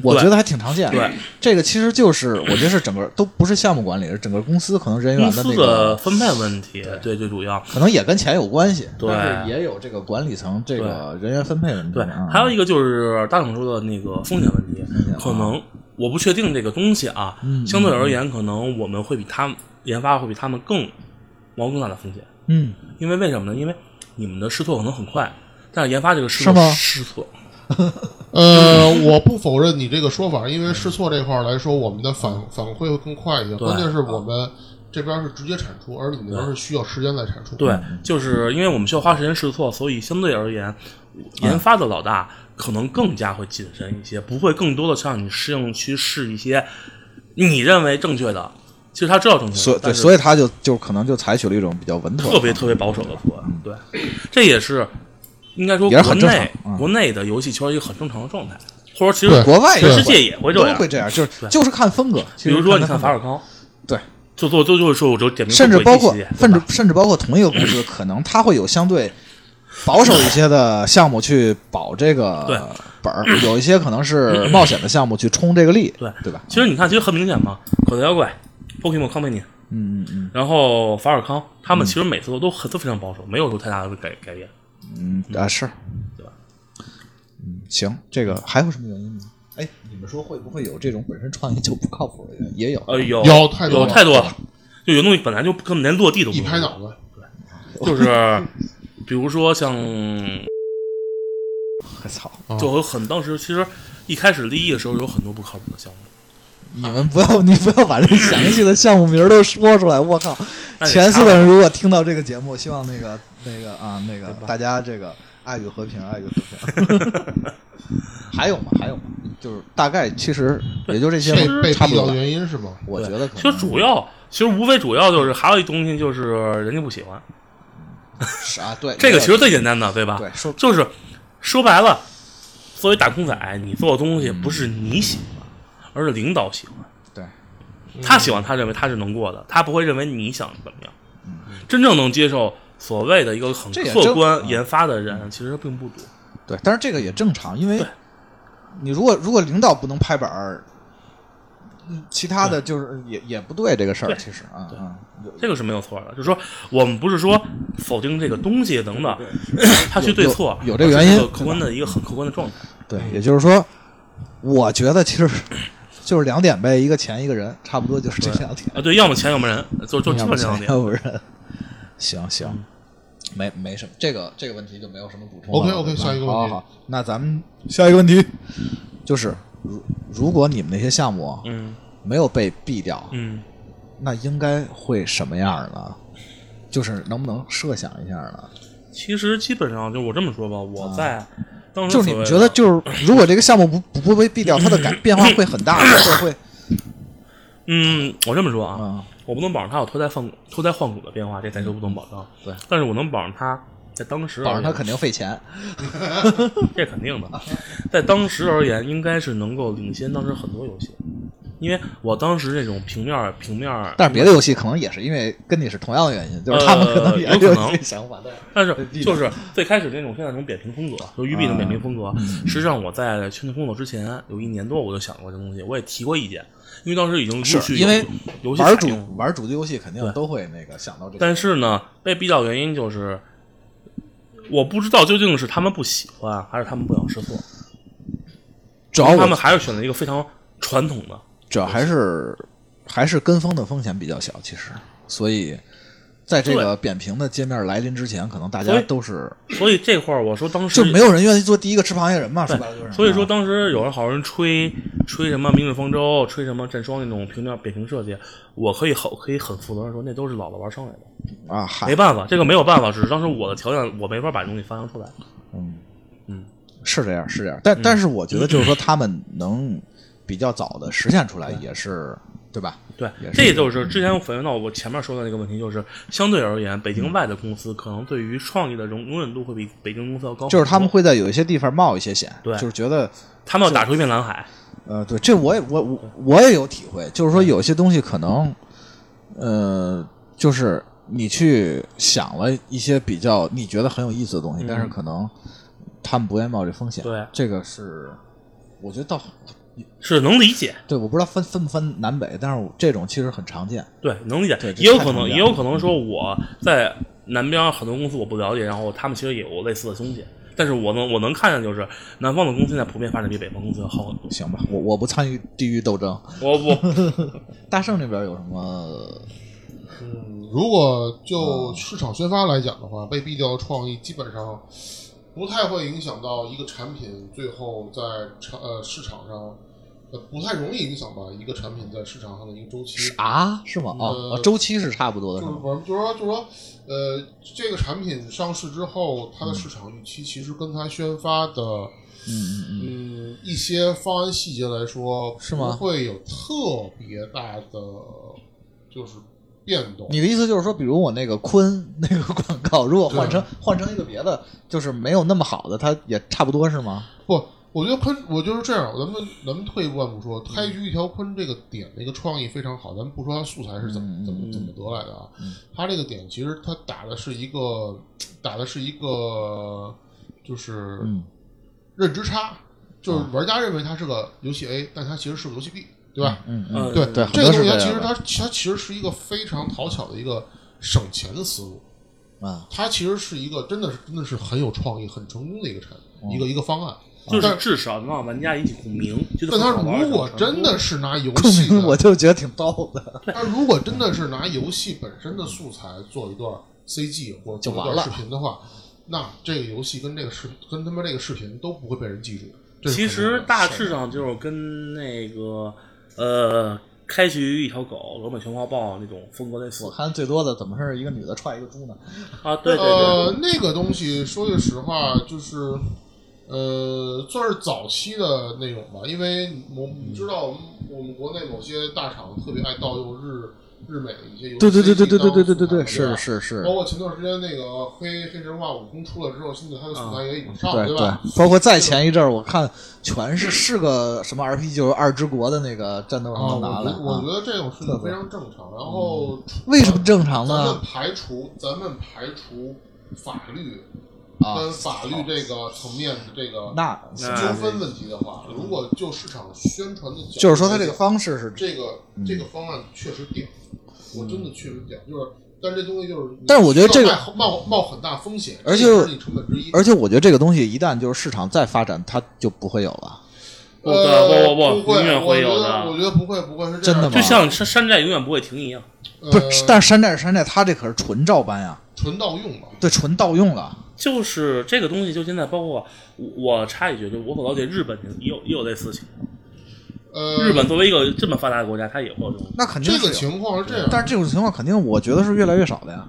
Speaker 3: 我觉得还挺常见。
Speaker 2: 对，
Speaker 3: 这个其实就是我觉得是整个都不是项目管理，是整个公司可能人
Speaker 2: 公
Speaker 3: 员的
Speaker 2: 司
Speaker 3: 那
Speaker 2: 的
Speaker 3: 个，
Speaker 2: 分配问题，对最主要。
Speaker 3: 可能也跟钱有关系，
Speaker 2: 对
Speaker 3: 但是也有这个管理层这个人员分配问题。
Speaker 2: 对，
Speaker 3: 啊
Speaker 2: 还有一个就是大总说的那个风险问题
Speaker 3: 险啊，嗯
Speaker 2: 可能我不确定这个东西啊，相对而言，可能我们会比他们研发会比他们更冒更大的风险，
Speaker 3: 嗯，
Speaker 2: 因为为什么呢？因为你们的试错可能很快，但是研发这个试
Speaker 3: 是吗
Speaker 2: 错试错，
Speaker 1: 呃，我不否认你这个说法，因为试错这块儿来说，我们的反反馈会更快一些。
Speaker 2: 对啊
Speaker 1: 关键是我们这边是直接产出，而你们那边是需要时间来产出。
Speaker 2: 对，
Speaker 3: 嗯
Speaker 2: 就是因为我们需要花时间试错，所以相对而言，
Speaker 3: 嗯
Speaker 2: 研发的老大可能更加会谨慎一些，不会更多的向你适应去试一些你认为正确的，其实他知道政策，
Speaker 3: 所以对，
Speaker 2: 但是
Speaker 3: 所以他就就可能就采取了一种比较稳妥的
Speaker 2: 特别特别保守的图案。对，这也是应该说
Speaker 3: 也是
Speaker 2: 国
Speaker 3: 很正常
Speaker 2: 内、
Speaker 3: 嗯
Speaker 2: 国内的游戏圈一个很正常的状态，或者其
Speaker 1: 对
Speaker 2: 实
Speaker 3: 国外也
Speaker 2: 全世
Speaker 3: 会
Speaker 2: 界也会这
Speaker 3: 都
Speaker 2: 样
Speaker 3: 会。这样，就是
Speaker 2: 对
Speaker 3: 就是看风格。其
Speaker 2: 比
Speaker 3: 实
Speaker 2: 如说你
Speaker 3: 看
Speaker 2: 看
Speaker 3: 风格
Speaker 2: 法尔康，
Speaker 3: 对，
Speaker 2: 就做就就是我就点名
Speaker 3: 甚至
Speaker 2: 鬼
Speaker 3: 包
Speaker 2: 泣
Speaker 3: 括
Speaker 2: 系列对
Speaker 3: 甚至
Speaker 2: 吧
Speaker 3: 甚至包括同一个公 司，可能它会有相对保守一些的项目去保这
Speaker 2: 对
Speaker 3: 个本儿，有一些可 能是冒险的项目去冲这个力，
Speaker 2: 对
Speaker 3: 对吧？
Speaker 2: 其实你看，其实很明显嘛，口袋妖怪、Pokemon Company，
Speaker 3: 嗯嗯
Speaker 2: 然后法尔康，他们其实每次都都很都非常保守，没有说太大的改改变。
Speaker 3: 嗯嗯啊是，
Speaker 2: 对吧？
Speaker 3: 嗯，行，这个还有什么原因吗？哎，你们说会不会有这种本身创意就不靠谱的原因？也 有，
Speaker 2: 呃，有
Speaker 1: 有
Speaker 2: 有
Speaker 1: 太多了
Speaker 2: 太多了，就有东西本来就不根本连落地都不
Speaker 1: 一拍
Speaker 2: 能
Speaker 1: 脑子，
Speaker 2: 就是比如说像，
Speaker 3: 我操！
Speaker 2: 就有很当时其实一开始立意的时候有很多不靠谱的项目，
Speaker 3: 你们不要，你不要把这详细的项目名儿都说出来。我靠！
Speaker 2: 那得
Speaker 3: 前四
Speaker 2: 查
Speaker 3: 个人如果听到这个节目，希望那个、那个 啊、那个大家这个爱与和平，爱与和平。 还有吗？还有吗？就是大概其实也就这些
Speaker 2: 其
Speaker 1: 被
Speaker 2: 实
Speaker 1: 被
Speaker 3: 差
Speaker 1: 毙
Speaker 3: 不
Speaker 1: 掉
Speaker 3: 多
Speaker 1: 的
Speaker 3: 吧。
Speaker 1: 原因是吗？
Speaker 3: 我觉得可
Speaker 2: 其实
Speaker 3: 能
Speaker 2: 主要其实无非主要就是还有一东西就是人家不喜欢，
Speaker 3: 是啊，对
Speaker 2: 这个其实
Speaker 3: 对
Speaker 2: 最简单的，对吧？
Speaker 3: 对说
Speaker 2: 就是说白了，作为打工仔，你做的东西不是你喜欢，而是领导喜欢。
Speaker 3: 对，
Speaker 2: 他喜欢，他认为他是能过的，他不会认为你想怎么样。真正能接受所谓的一个很
Speaker 3: 嗯这也
Speaker 2: 客
Speaker 3: 正
Speaker 2: 观
Speaker 3: 嗯
Speaker 2: 研发的人，其实并不多。
Speaker 3: 对，但是这个也正常，因为
Speaker 2: 对
Speaker 3: 你如果如果领导不能拍板儿，嗯其他的就是也也不对这个事儿，
Speaker 2: 对
Speaker 3: 其实啊
Speaker 2: 对
Speaker 3: 啊，有
Speaker 2: 这个是没有错的，就是说我们不是说否定这个东西等等， 他去对错，
Speaker 3: 有有这个原因
Speaker 2: 而是一个客观的一个很客观的状态。
Speaker 3: 对，也就是说，我觉得其实 就是两点呗，一个钱一个人，差不多就是这两点。
Speaker 2: 啊，对，要么钱，要么人，就就基
Speaker 3: 要
Speaker 2: 本
Speaker 3: 不
Speaker 2: 这两
Speaker 3: 钱，
Speaker 2: 点。
Speaker 3: 要不人。行行，没没什么，这个这个问题就没有什么补充了。
Speaker 1: OK，OK，
Speaker 3: 对吧
Speaker 1: 下一个问题
Speaker 3: 好好好，那咱们下一个问题就是，如如果你们那些项目
Speaker 2: 嗯
Speaker 3: 没有被毙掉，
Speaker 2: 嗯，
Speaker 3: 那应该会什么样呢？就是能不能设想一下呢？
Speaker 2: 其实基本上就是我这么说吧，我在当时
Speaker 3: 啊就是
Speaker 2: 所谓
Speaker 3: 你
Speaker 2: 的
Speaker 3: 们觉得，就是如果这个项目不不不被毙掉，它的改变化会很大，会会
Speaker 2: 嗯，我这么说啊，
Speaker 3: 啊，
Speaker 2: 我不能保证它有脱胎换骨、脱胎换骨的变化，这咱是不能保证。
Speaker 3: 嗯对，
Speaker 2: 但是我能保证它在当时而
Speaker 3: 保
Speaker 2: 言，
Speaker 3: 证它肯定费钱。
Speaker 2: 这肯定的，在当时而言，应该是能够领先当时很多游戏，因为我当时这种平面儿平面儿，
Speaker 3: 但是别的游戏可能也是因为跟你是同样的原因，就是他们可能也
Speaker 2: 呃有可
Speaker 3: 有
Speaker 2: 能
Speaker 3: 这个想法，但是
Speaker 2: 但是就是最开始那种现在那种扁平风格，就育碧的扁平风
Speaker 3: 嗯
Speaker 2: 格。实际上我在圈内工作之前有一年多，我就想过这东西，我也提过意见，因为当时已经陆续有
Speaker 3: 因为
Speaker 2: 游戏
Speaker 3: 玩
Speaker 2: 采用
Speaker 3: 主玩主机游戏肯定都会那个想到这个。
Speaker 2: 但是呢，被毙掉的原因就是，我不知道究竟是他们不喜欢，还是他们不想试错。
Speaker 3: 主要
Speaker 2: 他
Speaker 3: 哦我
Speaker 2: 们还是选择一个非常传统的，
Speaker 3: 主要还是还是跟风的风险比较小，其实，所以在这个扁平的界面来临之前，可能大家
Speaker 2: 所以
Speaker 3: 都是
Speaker 2: 所以这块儿我说当时
Speaker 3: 就没有人愿意做第一个吃螃蟹人嘛，说
Speaker 2: 对
Speaker 3: 白了就是。啊
Speaker 2: 所以说，当时有人好多人吹吹什么《明日方舟》，吹什么《战霜》那种平面扁平设计，我可以很可以很负责任说，那都是老子玩剩下的，
Speaker 3: 啊，嗨
Speaker 2: 没，办法，这个没有办法，只是当时我的条件我没法把这东西发扬出来。
Speaker 3: 嗯
Speaker 2: 嗯，
Speaker 3: 是这样，是这样，但但是我觉得就是说他们能比较早的实现出来，也是对吧？
Speaker 2: 对
Speaker 3: 也，是
Speaker 2: 这就是之前我反映到我前面说的那个问题，就是相对而言，北京外的公司可能对于创意的容容忍度会比北京公司要高很多，
Speaker 3: 就是他们会在有一些地方冒一些险，
Speaker 2: 哦对
Speaker 3: 就是觉得。
Speaker 2: 他们要打出一片蓝海，
Speaker 3: 呃，对，这我也我我我也有体会，就是说有些东西可能，呃，就是你去想了一些比较你觉得很有意思的东西，但是可能他们不愿意冒这风险。
Speaker 2: 对
Speaker 3: 这个是我觉得到
Speaker 2: 是能理解，
Speaker 3: 对，我不知道分分不分南北，但是我这种其实很常见。
Speaker 2: 对，能理解
Speaker 3: 对，这
Speaker 2: 也有
Speaker 3: 太
Speaker 2: 可
Speaker 3: 常
Speaker 2: 能，
Speaker 3: 见
Speaker 2: 也有可能说我在南边很多公司我不了解，然后他们其实也有类似的东西，但是我能我能看见就是南方的公司现在普遍发展比北方公司要好很多。
Speaker 3: 行吧，我我不参与地域斗争。
Speaker 2: 我我
Speaker 3: 大圣这边有什么？
Speaker 1: 嗯，如果就市场宣发来讲的话，被毙掉的创意基本上不太会影响到一个产品最后在场呃市场上，呃不太容易影响吧一个产品在市场上的一个周期。
Speaker 3: 是啊，是吗？哦，
Speaker 1: 呃
Speaker 3: 哦周期是差不多的，
Speaker 1: 就是
Speaker 3: 是吗？
Speaker 1: 我们就是说，就是说，呃，这个产品上市之后，它的市场预期其实跟它宣发的，
Speaker 3: 嗯嗯
Speaker 1: 嗯，一些方案细节来说，
Speaker 3: 是吗
Speaker 1: 不会有特别大的就是变动。
Speaker 3: 你的意思就是说，比如我那个鲲 那个广告，如果换成换成一个别的，就是没有那么好的，它也差不多是吗？
Speaker 1: 不，我觉得坤，我就是这样。咱们咱们退一万步说，开局一条坤这个点，那个创意非常好。咱们不说它素材是怎
Speaker 3: 嗯
Speaker 1: 么、怎么怎么得来的啊，它这个点其实它打的是一个打的是一个就是
Speaker 3: 嗯
Speaker 1: 认知差，就是玩家认为它是个游戏 A，但它其实是个游戏 B，对吧？
Speaker 3: 嗯嗯，
Speaker 2: 嗯，
Speaker 1: 对
Speaker 3: 对
Speaker 1: 这
Speaker 3: 很多
Speaker 1: 个
Speaker 3: 是
Speaker 1: 东西它其实
Speaker 3: 这样的
Speaker 1: 它它其实是一个非常讨巧的一个省钱的思路。
Speaker 3: 啊，
Speaker 1: 它其实是一个真的是真的是很有创意、很成功的一个产
Speaker 3: 哦
Speaker 1: 一个一个方案。
Speaker 2: 就是
Speaker 1: 但
Speaker 2: 至少能让玩家引起共鸣。觉得
Speaker 1: 但它
Speaker 2: 很好玩
Speaker 1: 如果
Speaker 2: 很成
Speaker 1: 真
Speaker 2: 功
Speaker 1: 的是 拿游
Speaker 3: 共
Speaker 1: 戏
Speaker 3: 鸣我
Speaker 1: 的，
Speaker 3: 就觉得挺逗的。
Speaker 1: 它如果真的是拿游戏本身的素材做一段 CG 或者
Speaker 3: 就
Speaker 1: 做
Speaker 3: 完
Speaker 1: 一
Speaker 3: 了
Speaker 1: 段视频的话，那这个游戏跟这个视跟他妈这个视频都不会被人记住。这是
Speaker 2: 其
Speaker 1: 肯定
Speaker 2: 实
Speaker 1: 的
Speaker 2: 大致上就是跟那个呃，开局一条狗，罗美全花豹那种风格类似
Speaker 3: 我看最多的怎么是一个女的踹一个猪呢？
Speaker 2: 啊。对对对，
Speaker 1: 呃，那个东西说句实话，就是呃，算是早期的那种吧，因为我你知道，我们我们国内某些大厂特别爱盗用日日美的一些游戏，
Speaker 3: 对对对对对对对对对对，
Speaker 1: 当素材
Speaker 3: 是
Speaker 1: 吧
Speaker 3: 是是
Speaker 1: 包，括前段时间那个黑黑神话悟空出了之后，现在它的素材也已经上了，
Speaker 3: 嗯对
Speaker 1: 对吧？
Speaker 3: 包括再前一阵儿，我看全是是个什么 RPG，就是二之国的那个战斗
Speaker 1: 啊，
Speaker 3: 上
Speaker 1: 我
Speaker 3: 能拿
Speaker 1: 觉
Speaker 3: 来
Speaker 1: 得我觉
Speaker 3: 啊。
Speaker 1: 得这种事情非常正常。然后
Speaker 3: 为什么正常
Speaker 1: 咱
Speaker 3: 呢
Speaker 1: 们？排除咱们排除法律
Speaker 3: 啊，
Speaker 1: 跟法律这个层面的这个
Speaker 3: 那
Speaker 1: 纠纷问题的话，如果就市场宣传的角度来讲，
Speaker 3: 就是说他这个方式是，
Speaker 1: 这个
Speaker 3: 嗯
Speaker 1: 这个方案确实屌，我真的确实屌，就是但是这东西就是你需要冒，
Speaker 3: 但是我觉得这个
Speaker 1: 冒冒很大风险，
Speaker 3: 而且
Speaker 1: 这也是你成本之一。
Speaker 3: 而且我觉得这个东西一旦就是市场再发展，它就不会有了。
Speaker 2: 不
Speaker 1: 呃
Speaker 2: 哦啊不不
Speaker 1: 不会，
Speaker 2: 永远
Speaker 1: 我
Speaker 2: 会
Speaker 1: 觉
Speaker 2: 有
Speaker 1: 得我
Speaker 2: 的，啊
Speaker 1: 觉得不会不会是
Speaker 3: 真的吗
Speaker 2: 就像山山寨永远不会停一样。
Speaker 1: 不
Speaker 3: 不是，但是山寨是山寨，它这可是纯照搬呀，
Speaker 1: 纯盗用嘛，
Speaker 3: 对，纯盗用了。
Speaker 2: 就是这个东西，就现在包括我我插一句，就我所了解，日本也有也有类似情况。
Speaker 1: 呃，
Speaker 2: 日本作为一个这么发达的国家，它也会有这种。
Speaker 3: 那肯定
Speaker 1: 这
Speaker 3: 是有
Speaker 1: 个情况是这样，
Speaker 3: 但是这种情况肯定，我觉得是越来越少的呀。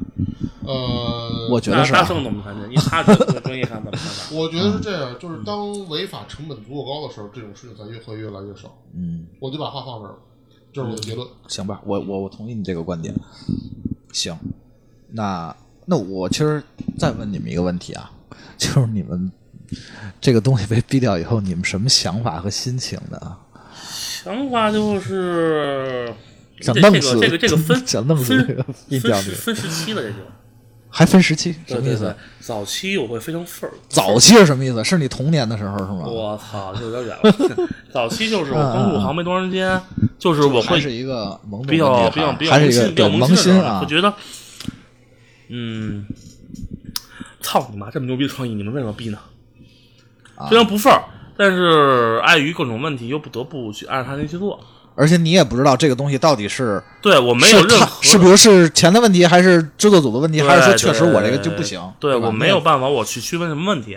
Speaker 1: 呃，
Speaker 3: 我觉
Speaker 2: 那
Speaker 3: 得是啊
Speaker 2: 大圣怎么看见？因为他是专专业看怎么看法？
Speaker 1: 我觉得是这
Speaker 3: 嗯
Speaker 1: 样，就是当违法成本足够高的时候，这种事情才越会越来越少。
Speaker 3: 嗯，
Speaker 1: 我就把话放这儿了，这是我的结论。
Speaker 3: 行吧，我我我同意你这个观点。行，那那我其实再问你们一个问题啊， 就是你们这个东西被毙掉以后，你们什么想法和心情呢？
Speaker 2: 想法就是这
Speaker 3: 想
Speaker 2: 这
Speaker 3: 弄
Speaker 2: 个
Speaker 3: 死
Speaker 2: 这个这个分
Speaker 3: 想弄死
Speaker 2: 分
Speaker 3: 这个毙
Speaker 2: 分
Speaker 3: 掉
Speaker 2: 时
Speaker 3: 这个
Speaker 2: 分时期的这种。
Speaker 3: 还分时期，什
Speaker 2: 对
Speaker 3: 么意
Speaker 2: 对
Speaker 3: 思
Speaker 2: 对？，早期我会非常愤儿。
Speaker 3: 早期是什么意思？是你童年的时候是吗？
Speaker 2: 我操，这有点远 了。早期就是我刚入行没多长时间，就是我
Speaker 3: 还
Speaker 2: 会
Speaker 3: 是一个懵懂的
Speaker 2: 比较比较
Speaker 3: 女
Speaker 2: 比
Speaker 3: 孩
Speaker 2: 较
Speaker 3: 还是一个
Speaker 2: 心比较
Speaker 3: 对
Speaker 2: 心的时
Speaker 3: 心
Speaker 2: 候
Speaker 3: 啊
Speaker 2: 我！觉得，嗯，操你妈，这么牛逼的创意，你们为什么逼呢？
Speaker 3: 啊
Speaker 2: 虽然不忿儿，但是碍于各种问题，又不得不去按照他那去做。
Speaker 3: 而且你也不知道这个东西到底是
Speaker 2: 对我没有
Speaker 3: 是
Speaker 2: 任
Speaker 3: 他
Speaker 2: 何
Speaker 3: 是比如是钱的问题，还是制作组的问题，
Speaker 2: 对
Speaker 3: 还是说确实
Speaker 2: 对
Speaker 3: 我这个就不行？
Speaker 2: 对
Speaker 3: 吧嗯
Speaker 2: 我没有。办法，我去区分什么问题。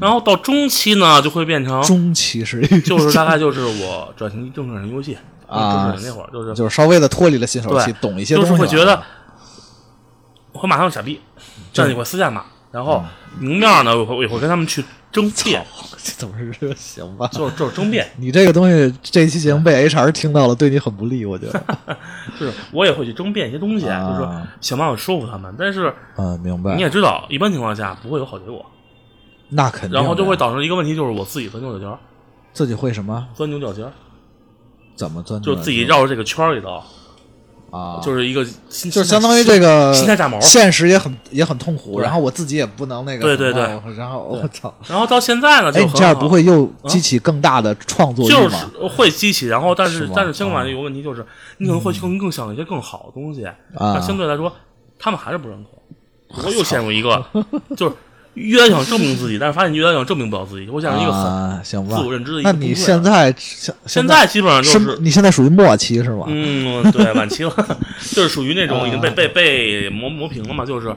Speaker 2: 然后到中期呢，就会变成
Speaker 3: 那中期是一个
Speaker 2: 就是大概就是我转型正转型游戏
Speaker 3: 啊
Speaker 2: 正转型那会儿就是
Speaker 3: 就是稍微的脱离了新手期，
Speaker 2: 对，
Speaker 3: 懂一些
Speaker 2: 就是
Speaker 3: 东西了，啊
Speaker 2: 会觉得我马上有傻逼，但是你会私下骂，然
Speaker 3: 嗯
Speaker 2: 后明面呢，我会我会跟他们去争辩，
Speaker 3: 这怎么是行吧？
Speaker 2: 就是就是争 辩，
Speaker 3: 你这个东西，这期节目被 HR 听到了，对你很不利，我觉得。
Speaker 2: 就是我也会去争辩一些东西，
Speaker 3: 啊
Speaker 2: 就是说想办法说服他们，但是
Speaker 3: 嗯，明白
Speaker 2: 你。也知道，一般情况下不会有好结果，
Speaker 3: 那肯定的。
Speaker 2: 然后就会导致一个问题，就是我自己钻牛角尖儿，
Speaker 3: 自己会什么？
Speaker 2: 钻牛角尖儿，
Speaker 3: 怎么钻？
Speaker 2: 就是自己绕着这个圈儿里头，
Speaker 3: 啊，
Speaker 2: 就是一个心
Speaker 3: 嗯就是相当于这
Speaker 2: 个
Speaker 3: 个
Speaker 2: 心态炸毛
Speaker 3: 现实也很也很痛苦，
Speaker 2: 对
Speaker 3: 然后我自己也不能那个
Speaker 2: 对对
Speaker 3: 什么
Speaker 2: 对，
Speaker 3: 然后我操，
Speaker 2: 然后到现在呢，就
Speaker 3: 哎，你
Speaker 2: 很
Speaker 3: 这样
Speaker 2: 好嗯
Speaker 3: 不会又激起更大的创作
Speaker 2: 就
Speaker 3: 欲
Speaker 2: 是
Speaker 3: 吗？
Speaker 2: 会激起，然后但
Speaker 3: 是
Speaker 2: 是
Speaker 3: 吗哦嗯
Speaker 2: 但是相反有个问题就是，你可能会更更想一些更好的东西，
Speaker 3: 啊
Speaker 2: 但相对来说，他们还是不认可。我又陷入一个，就是越来想证明自己，但是发现越来想证明不了自己，我陷入一个很
Speaker 3: 啊，行吧
Speaker 2: 自我认知的一
Speaker 3: 那
Speaker 2: 个
Speaker 3: 你
Speaker 2: 崩溃
Speaker 3: 现在现
Speaker 2: 现
Speaker 3: 在
Speaker 2: 在基本上就是是。
Speaker 3: 你现在属于末期是吗？
Speaker 2: 嗯，对，晚期了， 就是属于那
Speaker 3: 啊
Speaker 2: 种已经被被被磨磨平了嘛。就是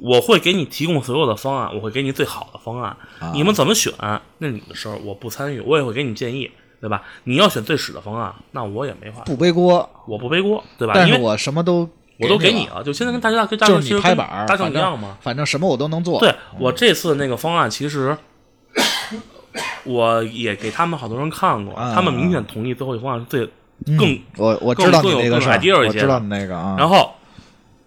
Speaker 2: 我会给你提供所有的方案，我会给你最好的方案，
Speaker 3: 啊
Speaker 2: 你们怎么选那你的事儿，我不参与，我也会给你建议，对吧？你要选最屎的方案，那我也没话，
Speaker 3: 不背锅，
Speaker 2: 我不背锅，对吧？
Speaker 3: 但
Speaker 2: 因
Speaker 3: 是
Speaker 2: 为
Speaker 3: 我什么都
Speaker 2: 我都给你啊
Speaker 3: 了，
Speaker 2: 了，就现在跟大家跟大
Speaker 3: 就
Speaker 2: 圣
Speaker 3: 是
Speaker 2: 其
Speaker 3: 你
Speaker 2: 实
Speaker 3: 拍
Speaker 2: 跟
Speaker 3: 板儿，
Speaker 2: 大圣
Speaker 3: 反
Speaker 2: 一
Speaker 3: 正嗯
Speaker 2: 样嘛。
Speaker 3: 反正什么我都能做。
Speaker 2: 对我这次那个方案，其实我也给他们好多人看过，
Speaker 3: 啊
Speaker 2: 他们明显同意最后一个方案是最
Speaker 3: 嗯
Speaker 2: 更
Speaker 4: 我我
Speaker 2: 更
Speaker 4: 知道你
Speaker 2: 更有
Speaker 4: 那个
Speaker 2: 更
Speaker 4: 事儿，
Speaker 2: idea 一
Speaker 4: 我
Speaker 2: 些
Speaker 4: 知道你那个啊。
Speaker 2: 然后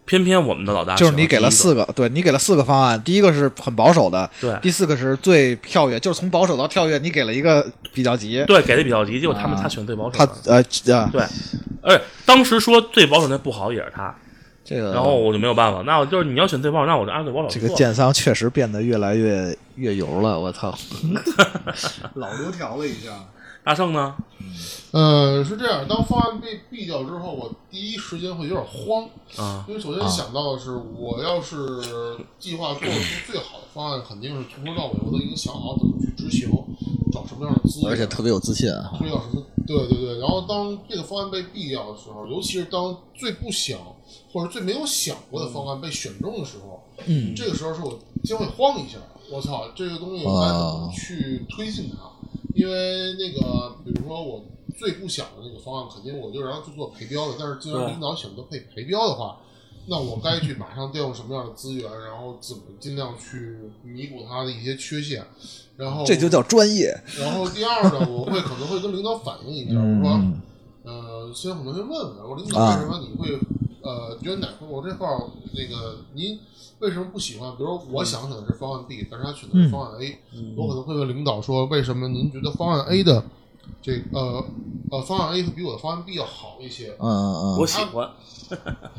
Speaker 2: 偏偏我们的老大
Speaker 4: 就是
Speaker 2: 选
Speaker 4: 你给了
Speaker 2: 第一个
Speaker 4: 四个，对你给了四个方案，第一个是很保守的，
Speaker 2: 对
Speaker 4: 第四个是最跳跃，就是从保守到跳跃，你给了一个比较级，
Speaker 2: 对给的比较急，结果他们
Speaker 4: 啊
Speaker 2: 他选最保守
Speaker 4: 他
Speaker 2: 的，
Speaker 4: 呃啊，
Speaker 2: 对，而且当时说最保守那不好也是他，
Speaker 4: 这个
Speaker 2: 然后我就没有办法，那我就是你要选最保守，那我就按最保守
Speaker 4: 呃这个
Speaker 2: 做
Speaker 4: 建商确实变得越来越越油了，我 操！
Speaker 3: 老油条了一下，
Speaker 2: 大圣呢？
Speaker 3: 嗯
Speaker 1: 呃，是这样，当方案被毙掉之后，我第一时间会有点慌，
Speaker 2: 啊，
Speaker 1: 因为首先想到的是，我要是计划做出最好的方案，肯定是从头到尾我都已经想好怎么去执行，找什么样的资源，
Speaker 3: 而且特别有自信啊。
Speaker 1: 推到什么？对对对。然后当这个方案被毙掉的时候，尤其是当最不想或者最没有想过的方案被选中的时候，嗯，这个时候是我先会慌一下，我操，这个东西我该怎么去推进它？因为那个，比如说我最不想的那个方案，肯定我就让它去做陪标的。但是既然
Speaker 2: 对
Speaker 1: 领导选择陪陪标的话，那我该去马上调用什么样的资源，然后怎么尽量去弥补它的一些缺陷，然后
Speaker 3: 这就叫专业，
Speaker 1: 然后第二呢，我会可能会跟领导反映一下，我嗯
Speaker 3: 嗯
Speaker 1: 说，
Speaker 4: 嗯
Speaker 1: 呃，先可能先问问，我说领导
Speaker 3: 啊
Speaker 1: 为什么你会，呃，觉得哪块我这块儿那个您为什么不喜欢？比如我想选的是方案 B，但是他选的是方案 A，、我可能会问领导说，为什么您觉得方案 A 的这呃呃方案 A 会比我的方案 B 要好一些？
Speaker 3: 嗯嗯
Speaker 2: 我喜欢，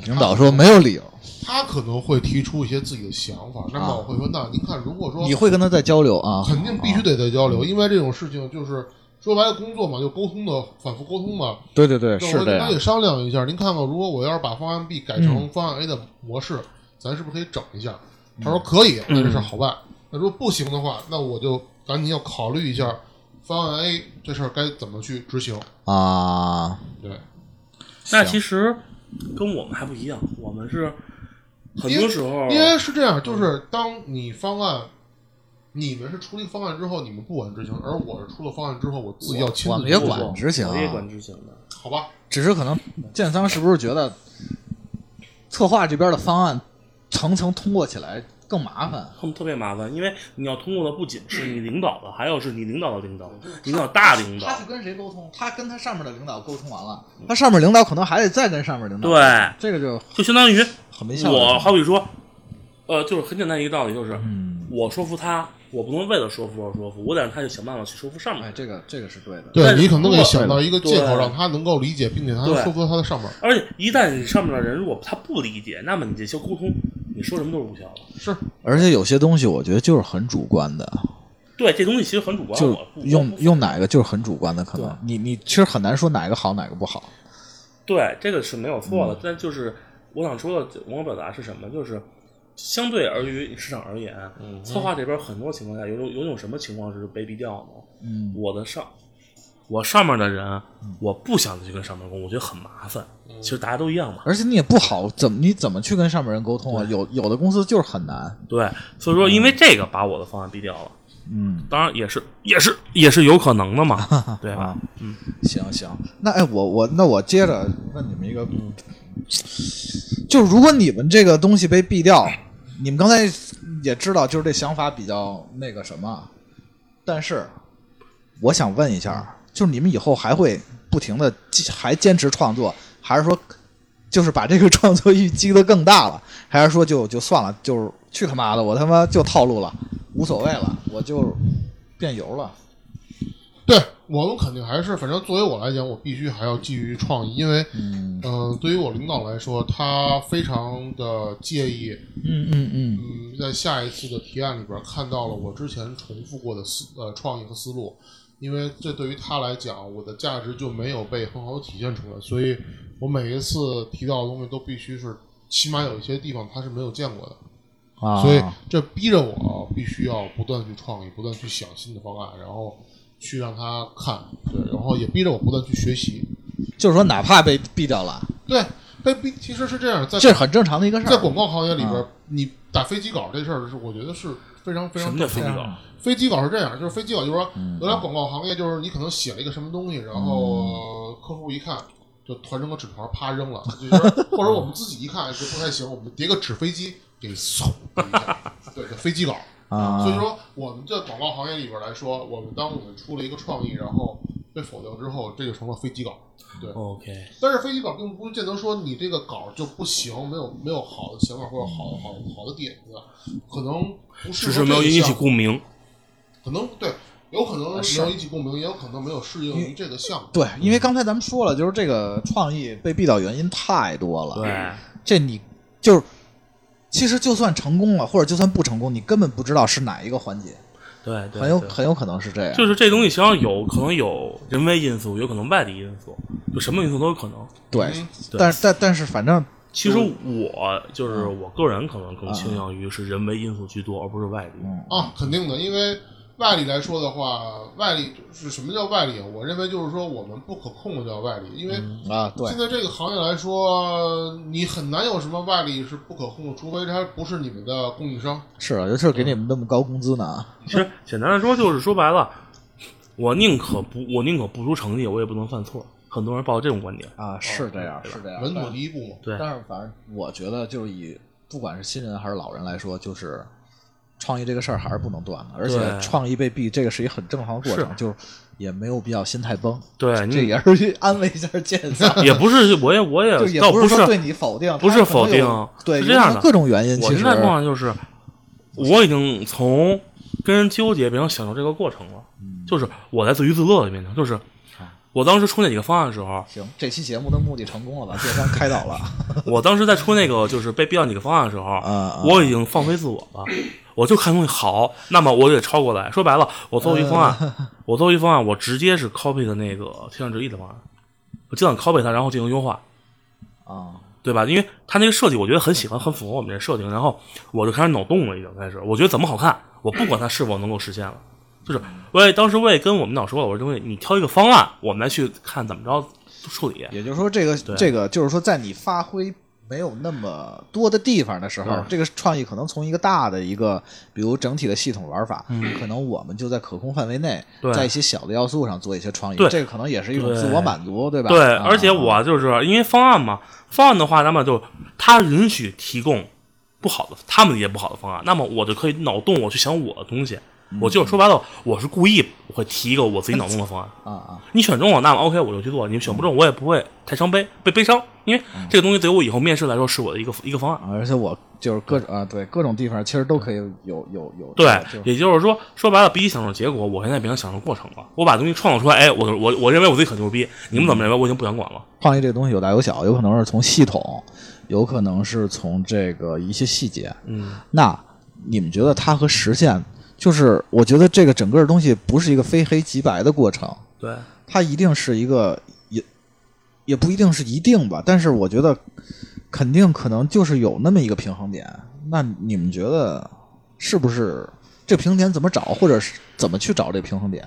Speaker 3: 领导说没有理由，
Speaker 1: 他可能会提出一些自己的想法，那么我会说，那您看，如果说
Speaker 3: 你会跟他再交流啊？
Speaker 1: 肯定必须得再交流，因为这种事情就是说白了工作嘛，就沟通的反复沟通嘛。
Speaker 4: 对对对，
Speaker 1: 那
Speaker 4: 是
Speaker 1: 我
Speaker 4: 这
Speaker 1: 跟他
Speaker 4: 样
Speaker 1: 也，商量一下，您看看，如果我要是把方案 B 改成方案 A 的模式，咱是不是可以整一下？他说可以，那这事儿好办。那如果不行的话，那我就赶紧要考虑一下方案 A 这事儿该怎么去执行。
Speaker 4: 啊，
Speaker 1: 对，
Speaker 2: 那其实跟我们还不一样，我们是很多时候
Speaker 1: 因为是这样，就是当你方案。你们是出了一个方案之后，你们不管执行，而我是出了方案之后，我自己要亲
Speaker 4: 我
Speaker 1: 自
Speaker 4: 们
Speaker 1: 去
Speaker 4: 也
Speaker 1: 做
Speaker 4: 管执行
Speaker 2: 我
Speaker 4: 啊，
Speaker 2: 也管执行的，
Speaker 1: 好吧？
Speaker 4: 只是可能建商是不是觉得策划这边的方案层层通过起来更麻烦？
Speaker 2: 特特别麻烦，因为你要通过的不仅是你领导的，还有是你领导的领导，领导大领导
Speaker 4: 他，去跟谁沟通？他跟他上面的领导沟通完了，他上面领导可能还得再跟上面领导，
Speaker 2: 对，
Speaker 4: 这个就
Speaker 2: 就相当于
Speaker 4: 很没效率。
Speaker 2: 我好比说，呃，就是很简单一个道理，就是
Speaker 4: 嗯，
Speaker 2: 我说服他，我不能为了说服而说服，我得让他去想办法去说服上面
Speaker 4: 哎，
Speaker 2: 人。
Speaker 4: 这个这个是对的，
Speaker 1: 对
Speaker 2: 但是
Speaker 1: 你可能
Speaker 2: 如
Speaker 1: 得
Speaker 2: 果
Speaker 1: 想到一个借口，
Speaker 2: 对
Speaker 1: 让他能够理解，并且他能
Speaker 2: 对
Speaker 1: 说服他的上面儿。
Speaker 2: 而且一旦你上面的人如果他不理解，那么你这些沟通，你说什么都是无效的。
Speaker 1: 是，
Speaker 3: 而且有些东西我觉得就是很主观的，
Speaker 2: 对，这东西其实很主观，
Speaker 3: 就
Speaker 2: 我不
Speaker 3: 用
Speaker 2: 我不
Speaker 3: 用哪个就是很主观的，可能
Speaker 2: 对
Speaker 3: 你你其实很难说哪个好哪个不好。
Speaker 2: 对这个是没有错
Speaker 4: 嗯
Speaker 2: 的，但就是我想说的，我想表达是什么，就是相对而于市场而言，
Speaker 4: 嗯
Speaker 2: 策划这边很多情况下有种有种什么情况是被毙掉呢？
Speaker 3: 嗯，
Speaker 2: 我的上，嗯我上面的人，我不想去跟上面沟通，我觉得很麻烦。其实大家都一样嘛，
Speaker 3: 而且你也不好怎么你怎么去跟上面人沟通啊？有有的公司就是很难。
Speaker 2: 对，所以说因为这个把我的方案毙掉了，
Speaker 3: 嗯，
Speaker 2: 当然也是也是也是有可能的 嘛，对
Speaker 3: 啊
Speaker 2: 吧？
Speaker 3: 嗯行行，那哎，我我那我接着问你们一个，就是如果你们这个东西被毙掉，你们刚才也知道，就是这想法比较那个什么，但是我想问一下，就是你们以后还会不停的还坚持创作，还是说就是把这个创作欲激得更大了，还是说就就算了，就是去他妈的，我他妈就套路了，无所谓了，我就变油了。
Speaker 1: 对我们肯定还是，反正作为我来讲，我必须还要基于创意，因为，嗯、对于我领导来说，他非常的介意，
Speaker 3: 嗯嗯嗯
Speaker 1: 嗯，在下一次的提案里边看到了我之前重复过的思呃创意和思路，因为这对于他来讲，我的价值就没有被很好的体现出来，所以我每一次提到的东西都必须是，起码有一些地方他是没有见过的。
Speaker 3: 啊，
Speaker 1: 所以这逼着我必须要不断去创意，不断去想新的方案，然后去让他看，对，然后也逼着我不断去学习。
Speaker 3: 就是说，哪怕被毙掉了，
Speaker 1: 对，被逼其实是这样，在
Speaker 3: 这是很正常的一个事
Speaker 1: 在
Speaker 3: 儿。
Speaker 1: 广告行业里边，
Speaker 3: 啊
Speaker 1: 你打飞机稿这事儿是我觉得是非常非
Speaker 2: 什
Speaker 1: 常
Speaker 2: 么叫飞机稿？
Speaker 1: 飞机稿是这样，就是飞机稿就是说，
Speaker 3: 嗯
Speaker 1: 原来广告行业就是你可能写了一个什么东西，然
Speaker 3: 嗯
Speaker 1: 后客户一看。就团成个纸团，啪扔了，就是或者我们自己一看这不太行，我们就叠个纸飞机给嗖一下，对，这飞机稿，
Speaker 3: 啊
Speaker 1: 所以说，我们在广告行业里边来说，我们当我们出了一个创意，然后被否掉之后，这就成了非基稿。对，
Speaker 2: OK，
Speaker 1: 但是非基稿并不见得说你这个稿就不行，没有没有好的想法或者好好好的点子，可能不适合
Speaker 2: 只是没有
Speaker 1: 这个
Speaker 2: 引起
Speaker 1: 项目
Speaker 2: 共鸣。
Speaker 1: 可能对，有可能没
Speaker 5: 是
Speaker 1: 有一起共鸣，也有可能没有适应于这个项目。
Speaker 5: 对，
Speaker 3: 因为刚才咱们说了，就是这个创意被毙掉原因太多了。
Speaker 2: 对，
Speaker 3: 这你就是，其实就算成功了，或者就算不成功，你根本不知道是哪一个环节，
Speaker 2: 对对，
Speaker 3: 很有
Speaker 2: 对
Speaker 3: 很有可能是这样。
Speaker 2: 就是这东西实际上有可能有人为因素，有可能外力因素，就什么因素都有可能。
Speaker 3: 对
Speaker 1: 嗯，
Speaker 2: 对
Speaker 3: 但但但是反正
Speaker 2: 其实我就是我个人可能更倾向于是人为因素居多，而不是外力。
Speaker 1: 啊，肯定的，因为外力来说的话，外力是什么叫外力？啊我认为就是说我们不可控的叫外力，因为
Speaker 3: 啊，对
Speaker 1: 现在这个行业来说，你很难有什么外力是不可控的，除非它不是你们的供应商。
Speaker 3: 是啊，尤其是给你们那么高工资呢，
Speaker 2: 其实简单的说，就是说白了，我宁可不我宁可不出成绩，我也不能犯错。很多人抱这种观点，
Speaker 3: 啊，是这样，是这样。
Speaker 1: 稳
Speaker 3: 但
Speaker 1: 妥第一步嘛。
Speaker 2: 对
Speaker 3: 但是反正我觉得，就是以不管是新人还是老人来说，就是创意这个事儿还是不能断的，而且
Speaker 2: 对
Speaker 3: 创意被毙，这个是一个很正常的过程，
Speaker 2: 是
Speaker 3: 就是也没有必要心态崩。
Speaker 2: 对
Speaker 3: 这
Speaker 2: 你
Speaker 3: 也是去安慰一下 健三，
Speaker 2: 也不是，我也我
Speaker 3: 就
Speaker 2: 也
Speaker 3: 也
Speaker 2: 倒
Speaker 3: 是说对
Speaker 2: 是，
Speaker 3: 你否定，
Speaker 2: 不
Speaker 3: 他
Speaker 2: 是
Speaker 3: 可能
Speaker 2: 否定
Speaker 3: 有对
Speaker 2: 是这样的
Speaker 3: 有各种原因。
Speaker 2: 我
Speaker 3: 其
Speaker 2: 现
Speaker 3: 实
Speaker 2: 在状态就是，我已经从跟人纠结变成享受这个过程了，
Speaker 3: 嗯
Speaker 2: 就是我在自娱自乐里面呢，就是我当时出那几个方案的时候，
Speaker 3: 行，这期节目的目的成功了吧？健三开导了，
Speaker 2: 我当时在出那个就是被毙掉几个方案的时候，
Speaker 3: 啊
Speaker 2: 我已经放飞自我 了，我就看东西好，那么我得超过来。说白了，我最后一方案， 我最后一方案，我直接是 copy 的那个天上之翼的方案，我尽量 copy 它，然后进行优化，
Speaker 3: 啊，
Speaker 2: 对吧？因为它那个设计，我觉得很喜欢，很符合我们这设定，然后我就开始脑洞了，已经开始，我觉得怎么好看，我不管它是否能够实现了。就是，我也当时我也跟我们导说了，我说东西你挑一个方案，我们来去看怎么着处理。
Speaker 3: 也就是说，这个这个就是说，在你发挥没有那么多的地方的时候
Speaker 2: 嗯，
Speaker 3: 这个创意可能从一个大的一个，比如整体的系统玩法，可能我们就在可控范围内，
Speaker 2: 嗯对
Speaker 3: 在一些小的要素上做一些创意，
Speaker 2: 对
Speaker 3: 这个可能也是一种
Speaker 2: 对
Speaker 3: 自我满足，对吧？
Speaker 2: 对，
Speaker 3: 啊
Speaker 2: 而且我就是因为方案嘛，方案的话，那么就他允许提供不好的，他们也不好的方案，那么我就可以脑洞我去想我的东西。我就是说白了，我是故意会提一个我自己脑洞的方案。
Speaker 3: 啊啊，
Speaker 2: 你选中了，那么 OK，我就去做；你们选不中，我也不会太伤悲，被悲伤，因为这个东西对我以后面试来说是我的一个一个方案。
Speaker 3: 啊而且我就是各种啊，对各种地方其实都可以有有有
Speaker 2: 对
Speaker 3: 就，
Speaker 2: 也就是说，说白了，比起享受结果，我现在比较享受过程了。我把东西创造出来，哎，我我我认为我自己很牛逼，你们怎么认为？我已经不想管了。
Speaker 3: 创意这个东西有大有小，有可能是从系统，有可能是从这个一些细节。
Speaker 2: 嗯，
Speaker 3: 那你们觉得它和实现，就是我觉得这个整个东西不是一个非黑即白的过程，
Speaker 2: 对，
Speaker 3: 它一定是一个也也不一定是一定吧，但是我觉得肯定可能就是有那么一个平衡点。那你们觉得是不是这平衡点怎么找，或者是怎么去找这平衡点？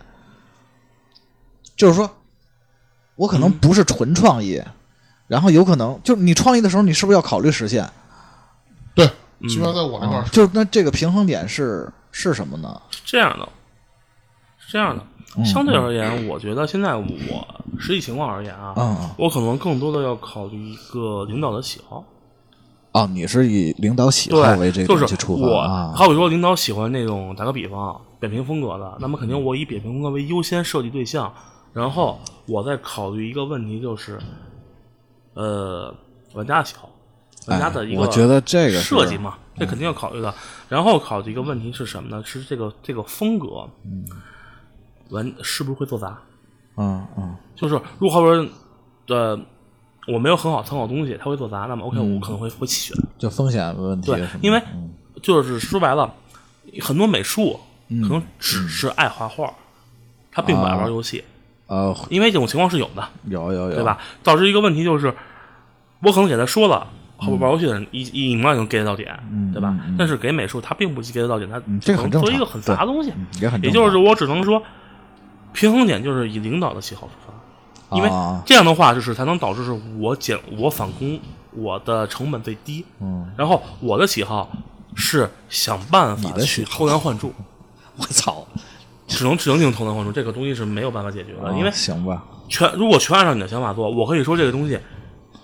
Speaker 3: 就是说，我可能不是纯创意，然后有可能就是你创意的时候，你是不是要考虑实现？
Speaker 1: 对，
Speaker 3: 嗯
Speaker 1: 起码在我这块
Speaker 6: 啊
Speaker 1: 儿是，
Speaker 3: 就是那这个平衡点是是什么呢？
Speaker 2: 是这样的，是这样的。相对而言，我觉得现在我实际情况而言啊，
Speaker 3: 嗯嗯
Speaker 2: 我可能更多的要考虑一个领导的喜好。
Speaker 3: 哦，你是以领导喜好为这
Speaker 2: 对，
Speaker 3: 个
Speaker 2: 就
Speaker 3: 东
Speaker 2: 是
Speaker 3: 西出
Speaker 2: 我
Speaker 3: 发啊？
Speaker 2: 好比说领导喜欢那种打个比方，啊扁平风格的，那么肯
Speaker 3: 嗯
Speaker 2: 定我以扁平风格为优先设计对象，然后我再考虑一个问题，就是呃玩家的喜好，玩家的一个、
Speaker 3: 哎我觉得这个是嗯
Speaker 2: 设计嘛，这肯定要考虑的。然后考虑一个问题是什么呢？是这个这个风格，玩是不是会做杂？
Speaker 3: 嗯嗯
Speaker 2: 就是如果好比说呃我没有很好参考东西，他会做杂，那么 OK，、我
Speaker 3: 嗯
Speaker 2: 可能会会弃选。
Speaker 3: 就风险问题什
Speaker 2: 对
Speaker 3: 么的，，嗯
Speaker 2: 因为就是说白了，很多美术
Speaker 3: 嗯
Speaker 2: 可能只是爱画画，他并
Speaker 3: 啊
Speaker 2: 不爱玩游戏，
Speaker 3: 呃，
Speaker 2: 因为这种情况是有的，
Speaker 3: 有有有，
Speaker 2: 对？吧？导致一个问题就是，我可能给他说了，后
Speaker 3: 嗯
Speaker 2: 边玩游戏的人一一眼光就能 get 到点，对吧？但是给美术他并不 get 到点，他
Speaker 3: 嗯
Speaker 2: 只
Speaker 3: 这个
Speaker 2: 能
Speaker 3: 很正
Speaker 2: 做一
Speaker 3: 常
Speaker 2: 个很杂的东西，
Speaker 3: 嗯也很
Speaker 2: 也
Speaker 3: 正
Speaker 2: 就
Speaker 3: 常
Speaker 2: 是我只能说，平衡点就是以领导的喜好出发，因为
Speaker 3: 啊
Speaker 2: 这样的话就是才能导致是我减我返工我的成本最低，
Speaker 3: 嗯，
Speaker 2: 然后我的喜好是想办
Speaker 3: 你
Speaker 2: 法
Speaker 3: 的喜
Speaker 2: 去
Speaker 3: 好
Speaker 2: 偷梁换柱，
Speaker 3: 我操，
Speaker 2: 只能只能进行偷梁换柱，这个东西是没有办法解决的，因为
Speaker 3: 啊行吧，
Speaker 2: 全如果全按照你的想法做，我可以说这个东西，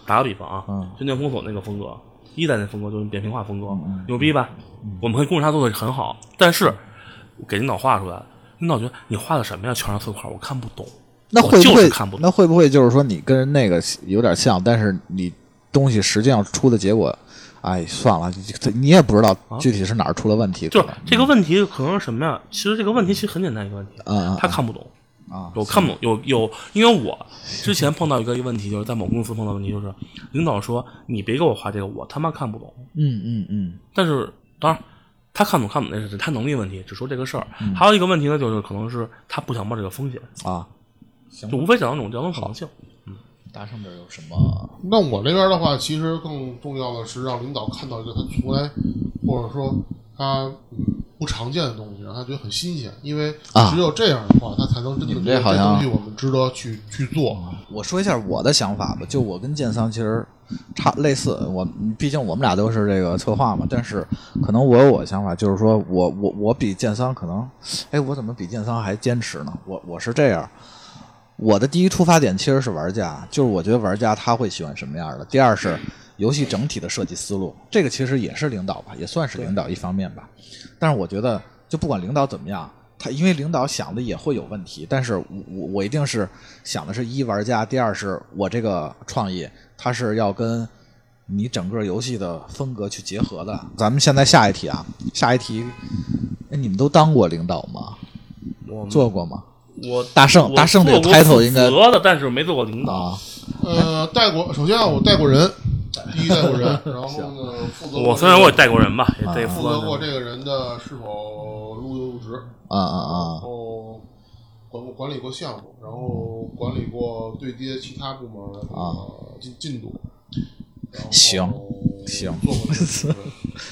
Speaker 2: 打个比方啊，
Speaker 3: 嗯
Speaker 2: 就念封锁那个风格，一代那风格就是扁平化风格，
Speaker 3: 嗯
Speaker 2: 牛逼吧？我们可以公认他做的很好，但是给领导画出来，领导觉得你画的什么呀？全是色块，我看不懂。
Speaker 3: 那会不
Speaker 2: 我就
Speaker 3: 会
Speaker 2: 是看不懂
Speaker 3: 那会不会就是说你跟那个有点像，但是你东西实际上出的结果，哎，算了，你你也不知道具体是哪儿出了问题。
Speaker 2: 啊就
Speaker 3: 可能
Speaker 2: 这个问题可能是什么呀？其实这个问题其实很简单一个问题，
Speaker 3: 嗯，嗯
Speaker 2: 他看不懂，
Speaker 3: 啊
Speaker 2: 有看不懂，有有，因为我之前碰到一个问题，就是在某公司碰到问题，就是领导说你别给我画这个，我他妈看不懂。
Speaker 3: 嗯嗯嗯
Speaker 2: 但是当然，他看不懂看不懂那是他能力问题，只说这个事儿。还有一个问题呢，就是可能是他不想冒这个风险，
Speaker 3: 啊，
Speaker 2: 就无非想两种两种可能性。
Speaker 6: 大圣这有什么？
Speaker 1: 那我这边的话，其实更重要的是让领导看到一个他从来或者说他嗯不常见的东西，让他觉得很新鲜，因为
Speaker 3: 啊
Speaker 1: 只有这样的话，他才能真的
Speaker 3: 们
Speaker 1: 觉
Speaker 3: 这
Speaker 1: 得
Speaker 3: 好
Speaker 1: 这
Speaker 3: 像啊
Speaker 1: 东西我们值得去去做。
Speaker 3: 我说一下我的想法吧，就我跟建桑其实差类似，我毕竟我们俩都是这个策划嘛，但是可能我有我的想法，就是说我我我比建桑可能，哎，我怎么比建桑还坚持呢？我我是这样，我的第一出发点其实是玩家，就是我觉得玩家他会喜欢什么样的。第二是游戏整体的设计思路，这个其实也是领导吧，也算是领导一方面吧。但是我觉得，就不管领导怎么样，他因为领导想的也会有问题，但是我我我一定是想的是一玩家，第二是我这个创意，它是要跟你整个游戏的风格去结合的。咱们现在下一题啊，下一题，哎，你们都当过领导吗？
Speaker 2: 我们
Speaker 3: 做过吗？
Speaker 2: 我
Speaker 3: 大圣
Speaker 2: 我
Speaker 3: 大圣这个
Speaker 2: 做过
Speaker 3: title 应该
Speaker 2: 负责的，但是没做过领导。
Speaker 3: 啊，
Speaker 1: 呃，带过，首先啊，我带过人，第一带 过人，然后呢，负责过
Speaker 2: 我虽然我也带过人吧，也得
Speaker 1: 负
Speaker 2: 负
Speaker 1: 责
Speaker 2: 责
Speaker 1: 过这个人的是否录用入职，
Speaker 3: 啊啊
Speaker 1: 然
Speaker 3: 啊！
Speaker 1: 后管过管理过项目，然后管理过对接其他部门的
Speaker 3: 啊
Speaker 1: 进进度。然后
Speaker 3: 行行
Speaker 1: 做过这个职位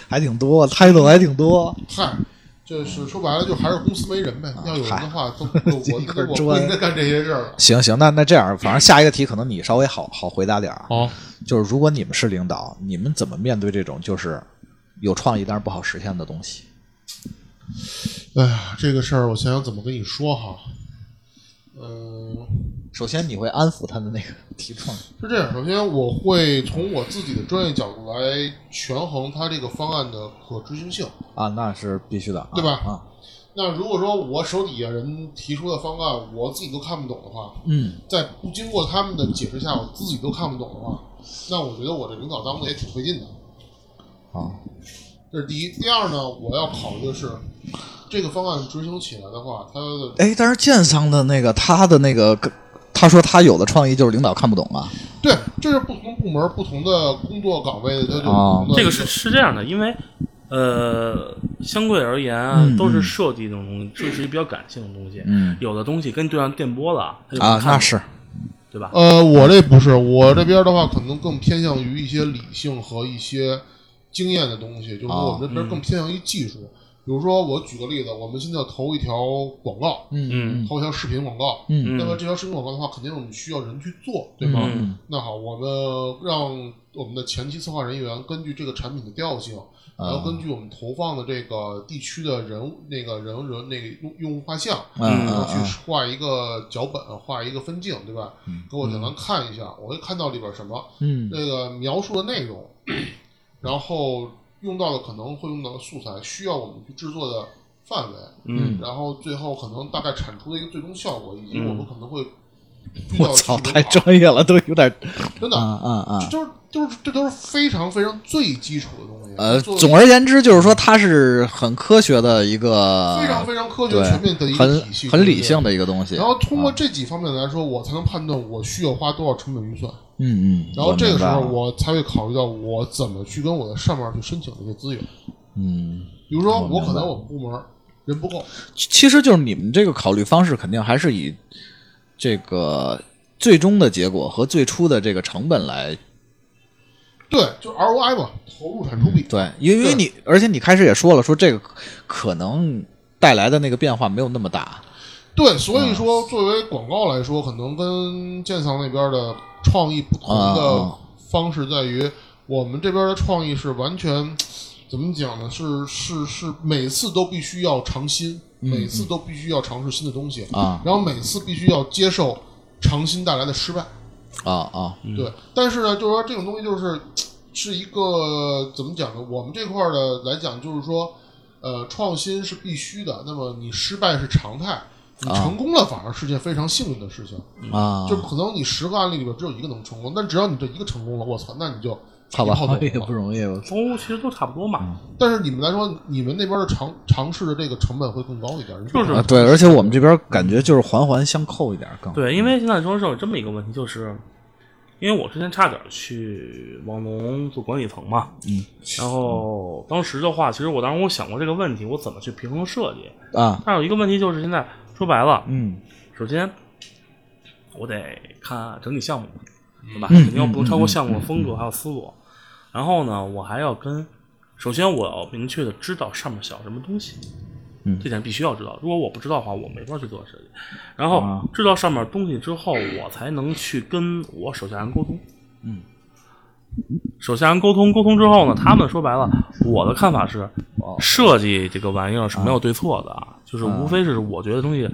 Speaker 3: 还挺多，title 还挺多。
Speaker 1: 嗨，就是说白了，就还是公司没人呗。要有人的话，都我
Speaker 3: 嗯啊一
Speaker 1: 我
Speaker 3: 块
Speaker 1: 我不
Speaker 3: 砖
Speaker 1: 应该干这些事儿了。
Speaker 3: 行行，那那这样，反正下一个题可能你稍微好好回答点儿啊。
Speaker 1: 好，
Speaker 3: 就是如果你们是领导，你们怎么面对这种就是有创意但是不好实现的东西？
Speaker 1: 哎呀，这个事儿我想想怎么跟你说哈。嗯、
Speaker 3: 首先你会安抚他的那个 提创意，
Speaker 1: 是这样，首先我会从我自己的专业角度来权衡它这个方案的可执行性。
Speaker 3: 啊，那是必须的，啊
Speaker 1: 对吧
Speaker 3: 啊，
Speaker 1: 那如果说我手底下人提出的方案我自己都看不懂的话，
Speaker 3: 嗯，
Speaker 1: 在不经过他们的解释下我自己都看不懂的话，那我觉得我这领导当的也挺费劲的。
Speaker 3: 啊，
Speaker 1: 这是第一。第二呢，我要考虑的是，这个方案执行起来的话，它的
Speaker 3: 哎，但是建仓的那个他的那个，他说他有的创意就是领导看不懂啊，
Speaker 1: 对，这是不同部门、不同的工作岗位的，它就不
Speaker 3: 哦
Speaker 1: 同的
Speaker 2: 这个是是这样的，因为呃，相对而言啊
Speaker 3: 嗯
Speaker 2: 都是
Speaker 3: 嗯
Speaker 2: 设计这种东西，这是一比较感性的东西。
Speaker 3: 嗯
Speaker 2: 有的东西跟对象电波了，它就不
Speaker 3: 啊，
Speaker 2: 看
Speaker 3: 那
Speaker 2: 了
Speaker 3: 是
Speaker 2: 对吧？
Speaker 1: 呃，我这不是，我这边的话可能更偏向于一些理性和一些经验的东西，就是说我们这边更偏向于技术。比如说，我举个例子，我们现在投一条广告，
Speaker 2: 嗯
Speaker 1: 投一条视频广告，
Speaker 3: 嗯
Speaker 1: 那么
Speaker 2: 嗯
Speaker 1: 这条视频广告的话，肯定我们需要人去做，对吗？
Speaker 2: 嗯
Speaker 1: 那好，我们让我们的前期策划人员根据这个产品的调性，
Speaker 3: 嗯
Speaker 1: 然后根据我们投放的这个地区的人物、那个人物人那个用用户画像，
Speaker 3: 嗯
Speaker 1: 然后
Speaker 3: 嗯嗯
Speaker 1: 去画一个脚本，画一个分镜，对吧？给我简单看一下，我会看到里边什么，
Speaker 3: 嗯
Speaker 1: 那个描述的内容， 然后用到的可能会用到的素材，需要我们去制作的范围，
Speaker 2: 嗯，
Speaker 1: 然后最后可能大概产出的一个最终效果，以及
Speaker 2: 嗯
Speaker 1: 我们可能会遇到的
Speaker 3: 我操，
Speaker 1: 市场
Speaker 3: 太专业了，都有点
Speaker 1: 真的
Speaker 3: 啊。啊啊
Speaker 1: 这。都是就是这都是非常非常最基础的东西，
Speaker 3: 呃，
Speaker 1: 做得
Speaker 3: 总而言之，就是说它是很科学的一个，
Speaker 1: 非常非常科学
Speaker 3: 对
Speaker 1: 全面的一个体系，
Speaker 3: 很很理
Speaker 1: 对
Speaker 3: 性
Speaker 1: 不
Speaker 3: 的一个啊东西。
Speaker 1: 对。然后通过这几方面来说，我才能判断我需要花多少成本预算。
Speaker 3: 嗯嗯，
Speaker 1: 然后这个时候，
Speaker 3: 明白了
Speaker 1: 我才会考虑到我怎么去跟我的上面去申请这些资源。
Speaker 3: 嗯，
Speaker 1: 比如说，
Speaker 3: 我
Speaker 1: 我可
Speaker 3: 明白
Speaker 1: 能我们部门人不够，
Speaker 3: 其其实就是你们这个考虑方式肯定还是以这个最终的结果和最初的这个成本来
Speaker 1: 对，就 ROI 嘛，投入产出比。
Speaker 3: 对，因为
Speaker 1: 对
Speaker 3: 你而且你开始也说了，说这个可能带来的那个变化没有那么大。
Speaker 1: 对，所
Speaker 3: 嗯
Speaker 1: 以说作为广告来说，可能跟建仓那边的创意不同的
Speaker 3: 啊
Speaker 1: 方式在于，我们这边的创意是完全怎么讲呢？是是是，每次都必须要尝新，每
Speaker 3: 嗯
Speaker 1: 次都必须要尝试新的东西
Speaker 3: 啊
Speaker 1: 然后每次必须要接受尝新带来的失败。
Speaker 3: 啊啊，
Speaker 2: 嗯
Speaker 1: 对，但是呢，就是说这种东西就是是一个怎么讲呢？我们这块儿的来讲，就是说，呃，创新是必须的，那么你失败是常态。
Speaker 2: 啊
Speaker 1: 你成功了反而是件非常幸运的事情，
Speaker 7: 啊，
Speaker 1: 嗯就可能你十个案例里边只有一个能成功，但只要你这一个成功了，我操，那你就
Speaker 7: 好吧
Speaker 1: 一炮走，
Speaker 7: 也
Speaker 1: 红
Speaker 7: 不
Speaker 1: 了。
Speaker 7: 容易，我
Speaker 2: 都其实都差不多嘛。
Speaker 1: 但是你们来说，你们那边的尝尝试的这个成本会更高一点，
Speaker 2: 就是
Speaker 3: 啊，对，而且我们这边感觉就是环环相扣一点更。
Speaker 2: 对，因为现在说是有这么一个问题，就是因为我之前差点去网龙做管理层嘛，
Speaker 3: 嗯，
Speaker 2: 然后当时的话，其实我当时我想过这个问题，我怎么去平衡设计。
Speaker 3: 啊，
Speaker 2: 但有一个问题就是现在说白了，
Speaker 3: 嗯
Speaker 2: 首先我得看整体项目，对吧？
Speaker 3: 嗯
Speaker 2: 肯定不能超过项目的风格还有思路。然后呢，我还要跟，首先我要明确的知道上面想什么东西，
Speaker 3: 嗯
Speaker 2: 这点必须要知道。如果我不知道的话，我没法去做设计。然后
Speaker 3: 啊
Speaker 2: 知道上面东西之后，我才能去跟我手下人沟通。
Speaker 3: 嗯。
Speaker 2: 手下人沟通沟通之后呢，他们说白了，我的看法是，
Speaker 3: 嗯
Speaker 2: 设计这个玩意儿是没有对错的啊，就是无非是我觉得东西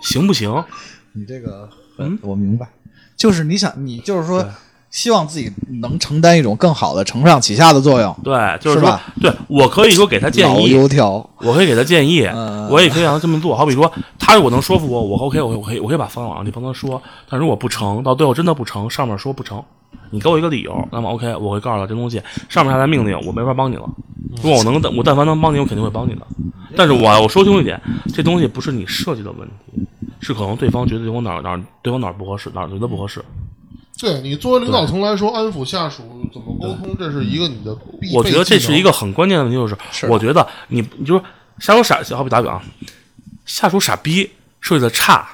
Speaker 2: 行不行，
Speaker 3: 你这个，
Speaker 2: 嗯
Speaker 3: 我明白，就是你想，你就是说
Speaker 2: 对，
Speaker 3: 希望自己能承担一种更好的承上启下的作用。
Speaker 2: 对，就是
Speaker 3: 是
Speaker 2: 说
Speaker 3: 吧，
Speaker 2: 对我可以说给他建
Speaker 3: 老
Speaker 2: 议，
Speaker 3: 油条，
Speaker 2: 我可以给他建议，
Speaker 3: 嗯
Speaker 2: 我也可以让他这么做。好比说，他如果能说服我，我 OK，我我可以我可以把方案往里帮他说。但如果不成，到最后真的不成，上面说不成，你给我一个理由，那么 OK，我会告诉他这东西上面下来命令，我没法帮你了。如果我能，我但凡能帮你，我肯定会帮你的。但是我我说清楚一点，这东西不是你设计的问题，是可能对方觉得我哪儿哪儿对方哪儿不合适，哪儿觉得不合适。
Speaker 1: 对你作为领导层来说，安抚下属怎么沟通，这是一个你的必备技能。
Speaker 2: 我觉得这是一个很关键的问题，就是
Speaker 3: 是
Speaker 2: 我觉得你你就是下属傻，好比打比方，下属傻逼设计的差，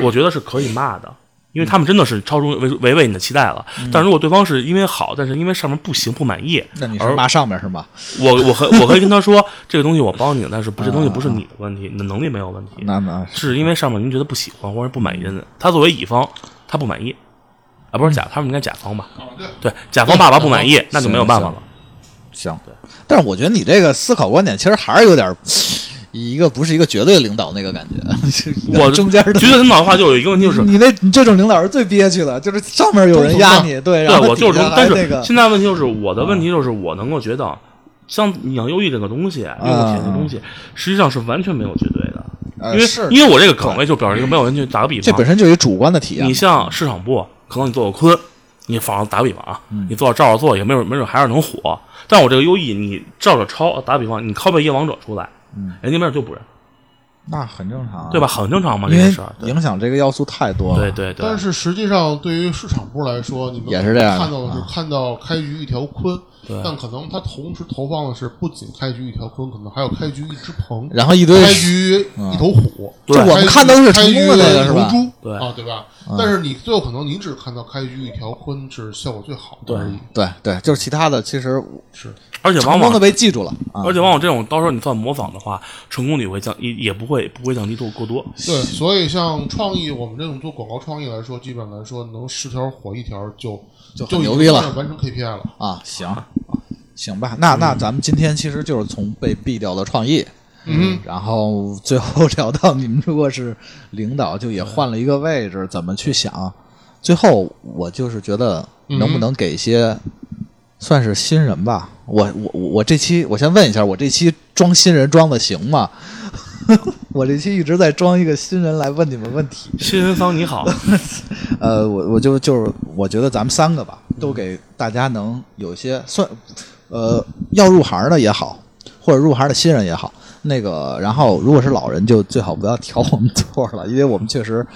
Speaker 2: 我觉得是可以骂的，因为他们真的是超出违违背你的期待了。但如果对方是因为好，但是因为上面不行不满意，
Speaker 3: 那你
Speaker 2: 而
Speaker 3: 是骂上面是吗？
Speaker 2: 我我可我可以跟他说这个东西我帮你，但是不这东西不是你的问题，你的能力没有问题，
Speaker 3: 那那
Speaker 2: 是因为上面您觉得不喜欢或者不满意的，他作为乙方他不满意。啊，不是甲，他们应该甲方吧？
Speaker 1: 啊，对，
Speaker 2: 对，甲方爸爸不满意，那就没有办法了。
Speaker 3: 行，但是我觉得你这个思考观点其实还是有点儿嗯一个不是一个绝对领导那个感觉，是一个
Speaker 2: 我
Speaker 3: 中间的
Speaker 2: 觉得领导的话就有一个问题，就是
Speaker 3: 你那你这种领导是最憋屈的，就是上面有人压你，对，然
Speaker 2: 对，
Speaker 3: 后
Speaker 2: 我就是
Speaker 3: 底
Speaker 2: 说
Speaker 3: 下，还
Speaker 2: 但
Speaker 3: 那
Speaker 2: 是
Speaker 3: 个嗯
Speaker 2: 现在问题就是我的问题就是我能够觉得，像你要优异这个东西，优秀体验这个东西，实际上是完全没有绝对的，
Speaker 3: 嗯呃
Speaker 2: 因为
Speaker 3: 是
Speaker 2: 因为我这个岗位就表示一个没有人去打个比
Speaker 3: 这本
Speaker 2: 方，
Speaker 3: 身就是一主观的体验
Speaker 2: 你。像市场部，可能你做个坤，你仿打个比方啊，
Speaker 3: 嗯
Speaker 2: 你做照着做也没准没准还是能火，但我这个优异你照着抄，打个比方，你 copy 一个王者出来，人家没准就不认，
Speaker 3: 那很正嗯常啊
Speaker 2: 对吧？？很正常嘛，这
Speaker 3: 因
Speaker 2: 个
Speaker 3: 为
Speaker 2: 事儿，对
Speaker 3: 影响这个要素太多了。
Speaker 2: 对对对
Speaker 1: 但。是实际上，对于市场部来说，你们
Speaker 3: 也是这样的
Speaker 1: 看到的是
Speaker 3: 啊
Speaker 1: 看到开局一条鲲，但可能它同时投放的是不仅开局一条鲲，可能还有开局一只鹏，
Speaker 3: 然后一堆
Speaker 1: 开局一头虎。
Speaker 2: 对
Speaker 1: 开
Speaker 3: 就我们
Speaker 1: 局
Speaker 3: 看到的是
Speaker 1: 开
Speaker 3: 成
Speaker 1: 局
Speaker 3: 功的那个
Speaker 1: 一
Speaker 3: 是
Speaker 1: 头
Speaker 3: 吧？嗯
Speaker 1: 猪，
Speaker 2: 对
Speaker 1: 啊，对吧？但是你最后可能你只看到开局一条鲲是效果最好的而已。
Speaker 3: 对对，就是其他的其实
Speaker 2: 而且往
Speaker 3: 成
Speaker 2: 往
Speaker 3: 功的被记住了啊。
Speaker 2: 而且往往这种到时候你算模仿的话，成功率会降，也也不会不会降低多过多。
Speaker 1: 对，所以像创意，我们这种做广告创意来说，基本来说能十条火一条就
Speaker 3: 就
Speaker 1: 就
Speaker 3: 很
Speaker 1: 已经
Speaker 3: 牛逼了
Speaker 1: 算是完成 KPI 了。
Speaker 3: 啊，行，行吧，那那咱们今天其实就是从被毙掉的创意，
Speaker 1: 嗯，
Speaker 3: 然后最后 聊到你们如果是领导，就也换了一个位置，怎么去想？最后我就是觉得能不能给一些算是新人吧？我我我我这期我先问一下，我这期装新人装的行吗？ 我这期一直在装一个新人来问你们问题，
Speaker 2: 新人桑你好，
Speaker 3: 呃，我我就就是我觉得咱们三个吧，都给大家能有些算，呃，要入行的也好，或者入行的新人也好，那个，然后如果是老人，就最好不要 挑我们错了，因为我们确实，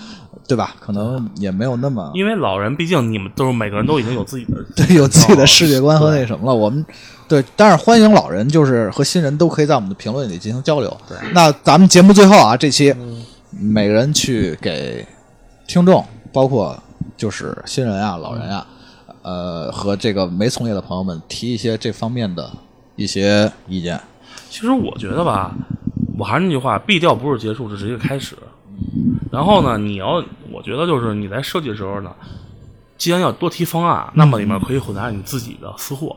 Speaker 3: 对吧？可能也没有那么
Speaker 2: 因为老人毕竟你们都是每个人都已经有自己的
Speaker 3: 对有自己的世界观和那什么了。我们对，但是欢迎老人，就是和新人都可以在我们的评论里进行交流。对，那咱们节目最后啊，这期
Speaker 2: 嗯
Speaker 3: 每人去给听众，包括就是新人啊、老人啊，
Speaker 2: 嗯
Speaker 3: 呃，和这个没从业的朋友们提一些这方面的一些意见。
Speaker 2: 其实我觉得吧，我还是那句话，毙掉不是结束，这是一个开始。然后呢，你要我觉得就是你在设计的时候呢，既然要多提方案，那么里面可以混杂你自己的私货，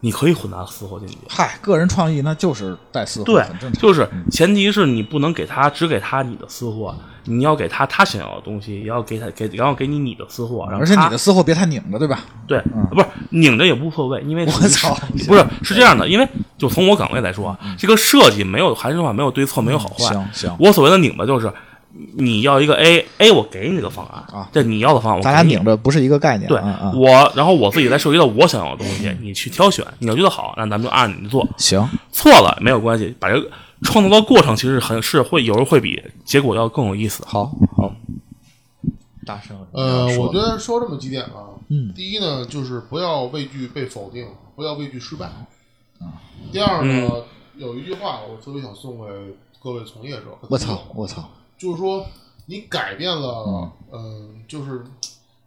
Speaker 2: 你可以混杂私货进去。
Speaker 3: 嗨，个人创意那就是带私货，
Speaker 2: 对
Speaker 3: 很正，常。
Speaker 2: 就是前提是你不能给他只给他你的私货，你要给他他想要的东西，也要给他给，然后给你你的私货，然后
Speaker 3: 而且
Speaker 2: 他
Speaker 3: 你的私货别太拧着，对吧？
Speaker 2: 对，不是拧着也无所谓，因为
Speaker 3: 嗯我
Speaker 2: 是
Speaker 3: 操嗯
Speaker 2: 是不是是这样的，因为就从我岗位来说啊，这个设计没有还是那句话没有对错，没有好坏。
Speaker 3: 行行
Speaker 2: 我所谓的拧巴就是你要一个 A，A 我给你这个方案
Speaker 3: 啊，
Speaker 2: 这你要的方案我给
Speaker 3: 咱
Speaker 2: 你，
Speaker 3: 俩拧着不是一个概念。
Speaker 2: 对
Speaker 3: 嗯嗯，
Speaker 2: 我，然后我自己再收集到我想要的东西，你去挑选，你要觉得好，那咱们就按着你做，
Speaker 3: 行，
Speaker 2: 错了没有关系，把这个创造的过程其实很是会有时候会比结果要更有意思。
Speaker 3: 好，好，大圣，
Speaker 1: 呃，
Speaker 3: 说
Speaker 1: 我
Speaker 3: 吧
Speaker 1: 觉得说这么几点啊，
Speaker 3: 嗯
Speaker 1: 第一呢，就是不要畏惧被否定，不要畏惧失败。
Speaker 3: 嗯
Speaker 1: 第二呢，有一句话我特别想送给各位从业者，
Speaker 3: 我操，我操，
Speaker 1: 就是说你改变了，嗯、就是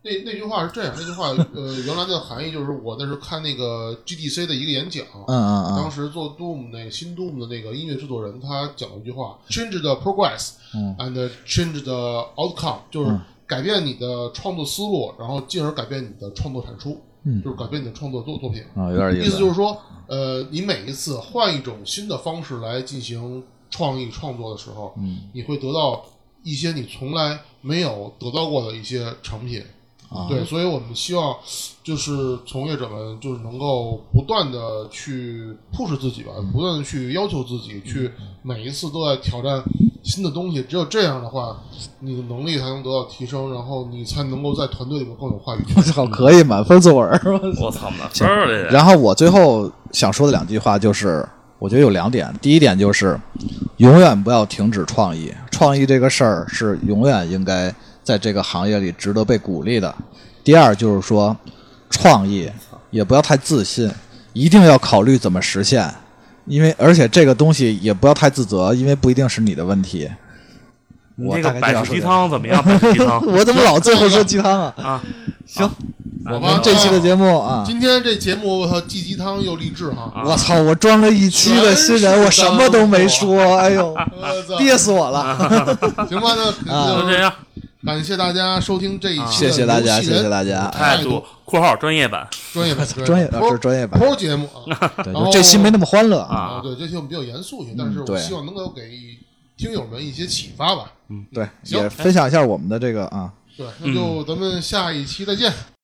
Speaker 1: 那那句话是这样，那句话呃原来的含义就是我那时候看那个 GDC 的一个演讲，
Speaker 3: 嗯嗯
Speaker 1: 当
Speaker 3: 嗯，
Speaker 1: 时做 Doom 那新 Doom 的那个音乐制作人，他讲了一句话：“Change the progress
Speaker 3: 嗯
Speaker 1: and change the outcome”，就是
Speaker 3: 嗯
Speaker 1: 改变你的创作思路，然后进而改变你的创作产出，
Speaker 3: 嗯
Speaker 1: 就是改变你的创作作作品。
Speaker 3: 啊，有点，
Speaker 1: 意思就是是说，呃，你每一次换一种新的方式来进行创意创作的时候，
Speaker 3: 嗯
Speaker 1: 你会得到一些你从来没有得到过的一些成品。
Speaker 3: 啊，
Speaker 1: 对，所以我们希望就是从业者们就是能够不断的去 push 自己吧，
Speaker 3: 嗯
Speaker 1: 不断的去要求自己，去每一次都在挑战新的东西。只有这样的话，你的能力才能得到提升，然后你才能够在团队里面更有话语权
Speaker 3: 我。操，可以满分作文儿。
Speaker 2: 我操，满分儿了这
Speaker 3: 然后我最后想说的两句话就是，我觉得有两点。第一点就是，永远不要停止创意，创意这个事儿是永远应该在这个行业里值得被鼓励的。第二就是说，创意也不要太自信，一定要考虑怎么实现，因为而且这个东西也不要太自责，因为不一定是你的问题。
Speaker 2: 你
Speaker 3: 我
Speaker 2: 这
Speaker 3: 大
Speaker 2: 个
Speaker 3: 概
Speaker 2: 百
Speaker 3: 就要
Speaker 2: 事
Speaker 3: 说
Speaker 2: 鸡
Speaker 3: 这
Speaker 2: 汤怎么样？百事鸡汤
Speaker 3: 我怎么老最后说鸡汤啊？
Speaker 2: 啊，
Speaker 3: 行，
Speaker 1: 我
Speaker 3: 我们
Speaker 1: 们
Speaker 3: 这期的节目啊，
Speaker 1: 今天这节目，我操，既鸡汤又励志哈！
Speaker 3: 我操，我装了一期的新人，我什么都没说，哎 呦。
Speaker 1: 我啊操，
Speaker 3: 憋死我了！
Speaker 1: 行吧，那
Speaker 3: 啊
Speaker 2: 就这样。
Speaker 1: 感谢大家收听这一期的
Speaker 3: 谢谢大家，
Speaker 1: 游戏
Speaker 3: 谢
Speaker 1: 人
Speaker 3: 谢大家。
Speaker 2: 态度（括号专业版
Speaker 1: 专业版，
Speaker 3: 专业，啊这是专业版。
Speaker 1: pro 节目啊
Speaker 3: 对，
Speaker 1: 然后
Speaker 3: 就这期没那么欢乐啊。
Speaker 1: 啊，
Speaker 2: 啊
Speaker 1: 对，这期我们比较严肃一些，但是我
Speaker 3: 嗯对
Speaker 1: 希望能够给听友们一些启发吧。
Speaker 3: 对，
Speaker 1: 行
Speaker 3: 也分享一下我们的这个啊，
Speaker 1: 对，那就咱们下一期再见。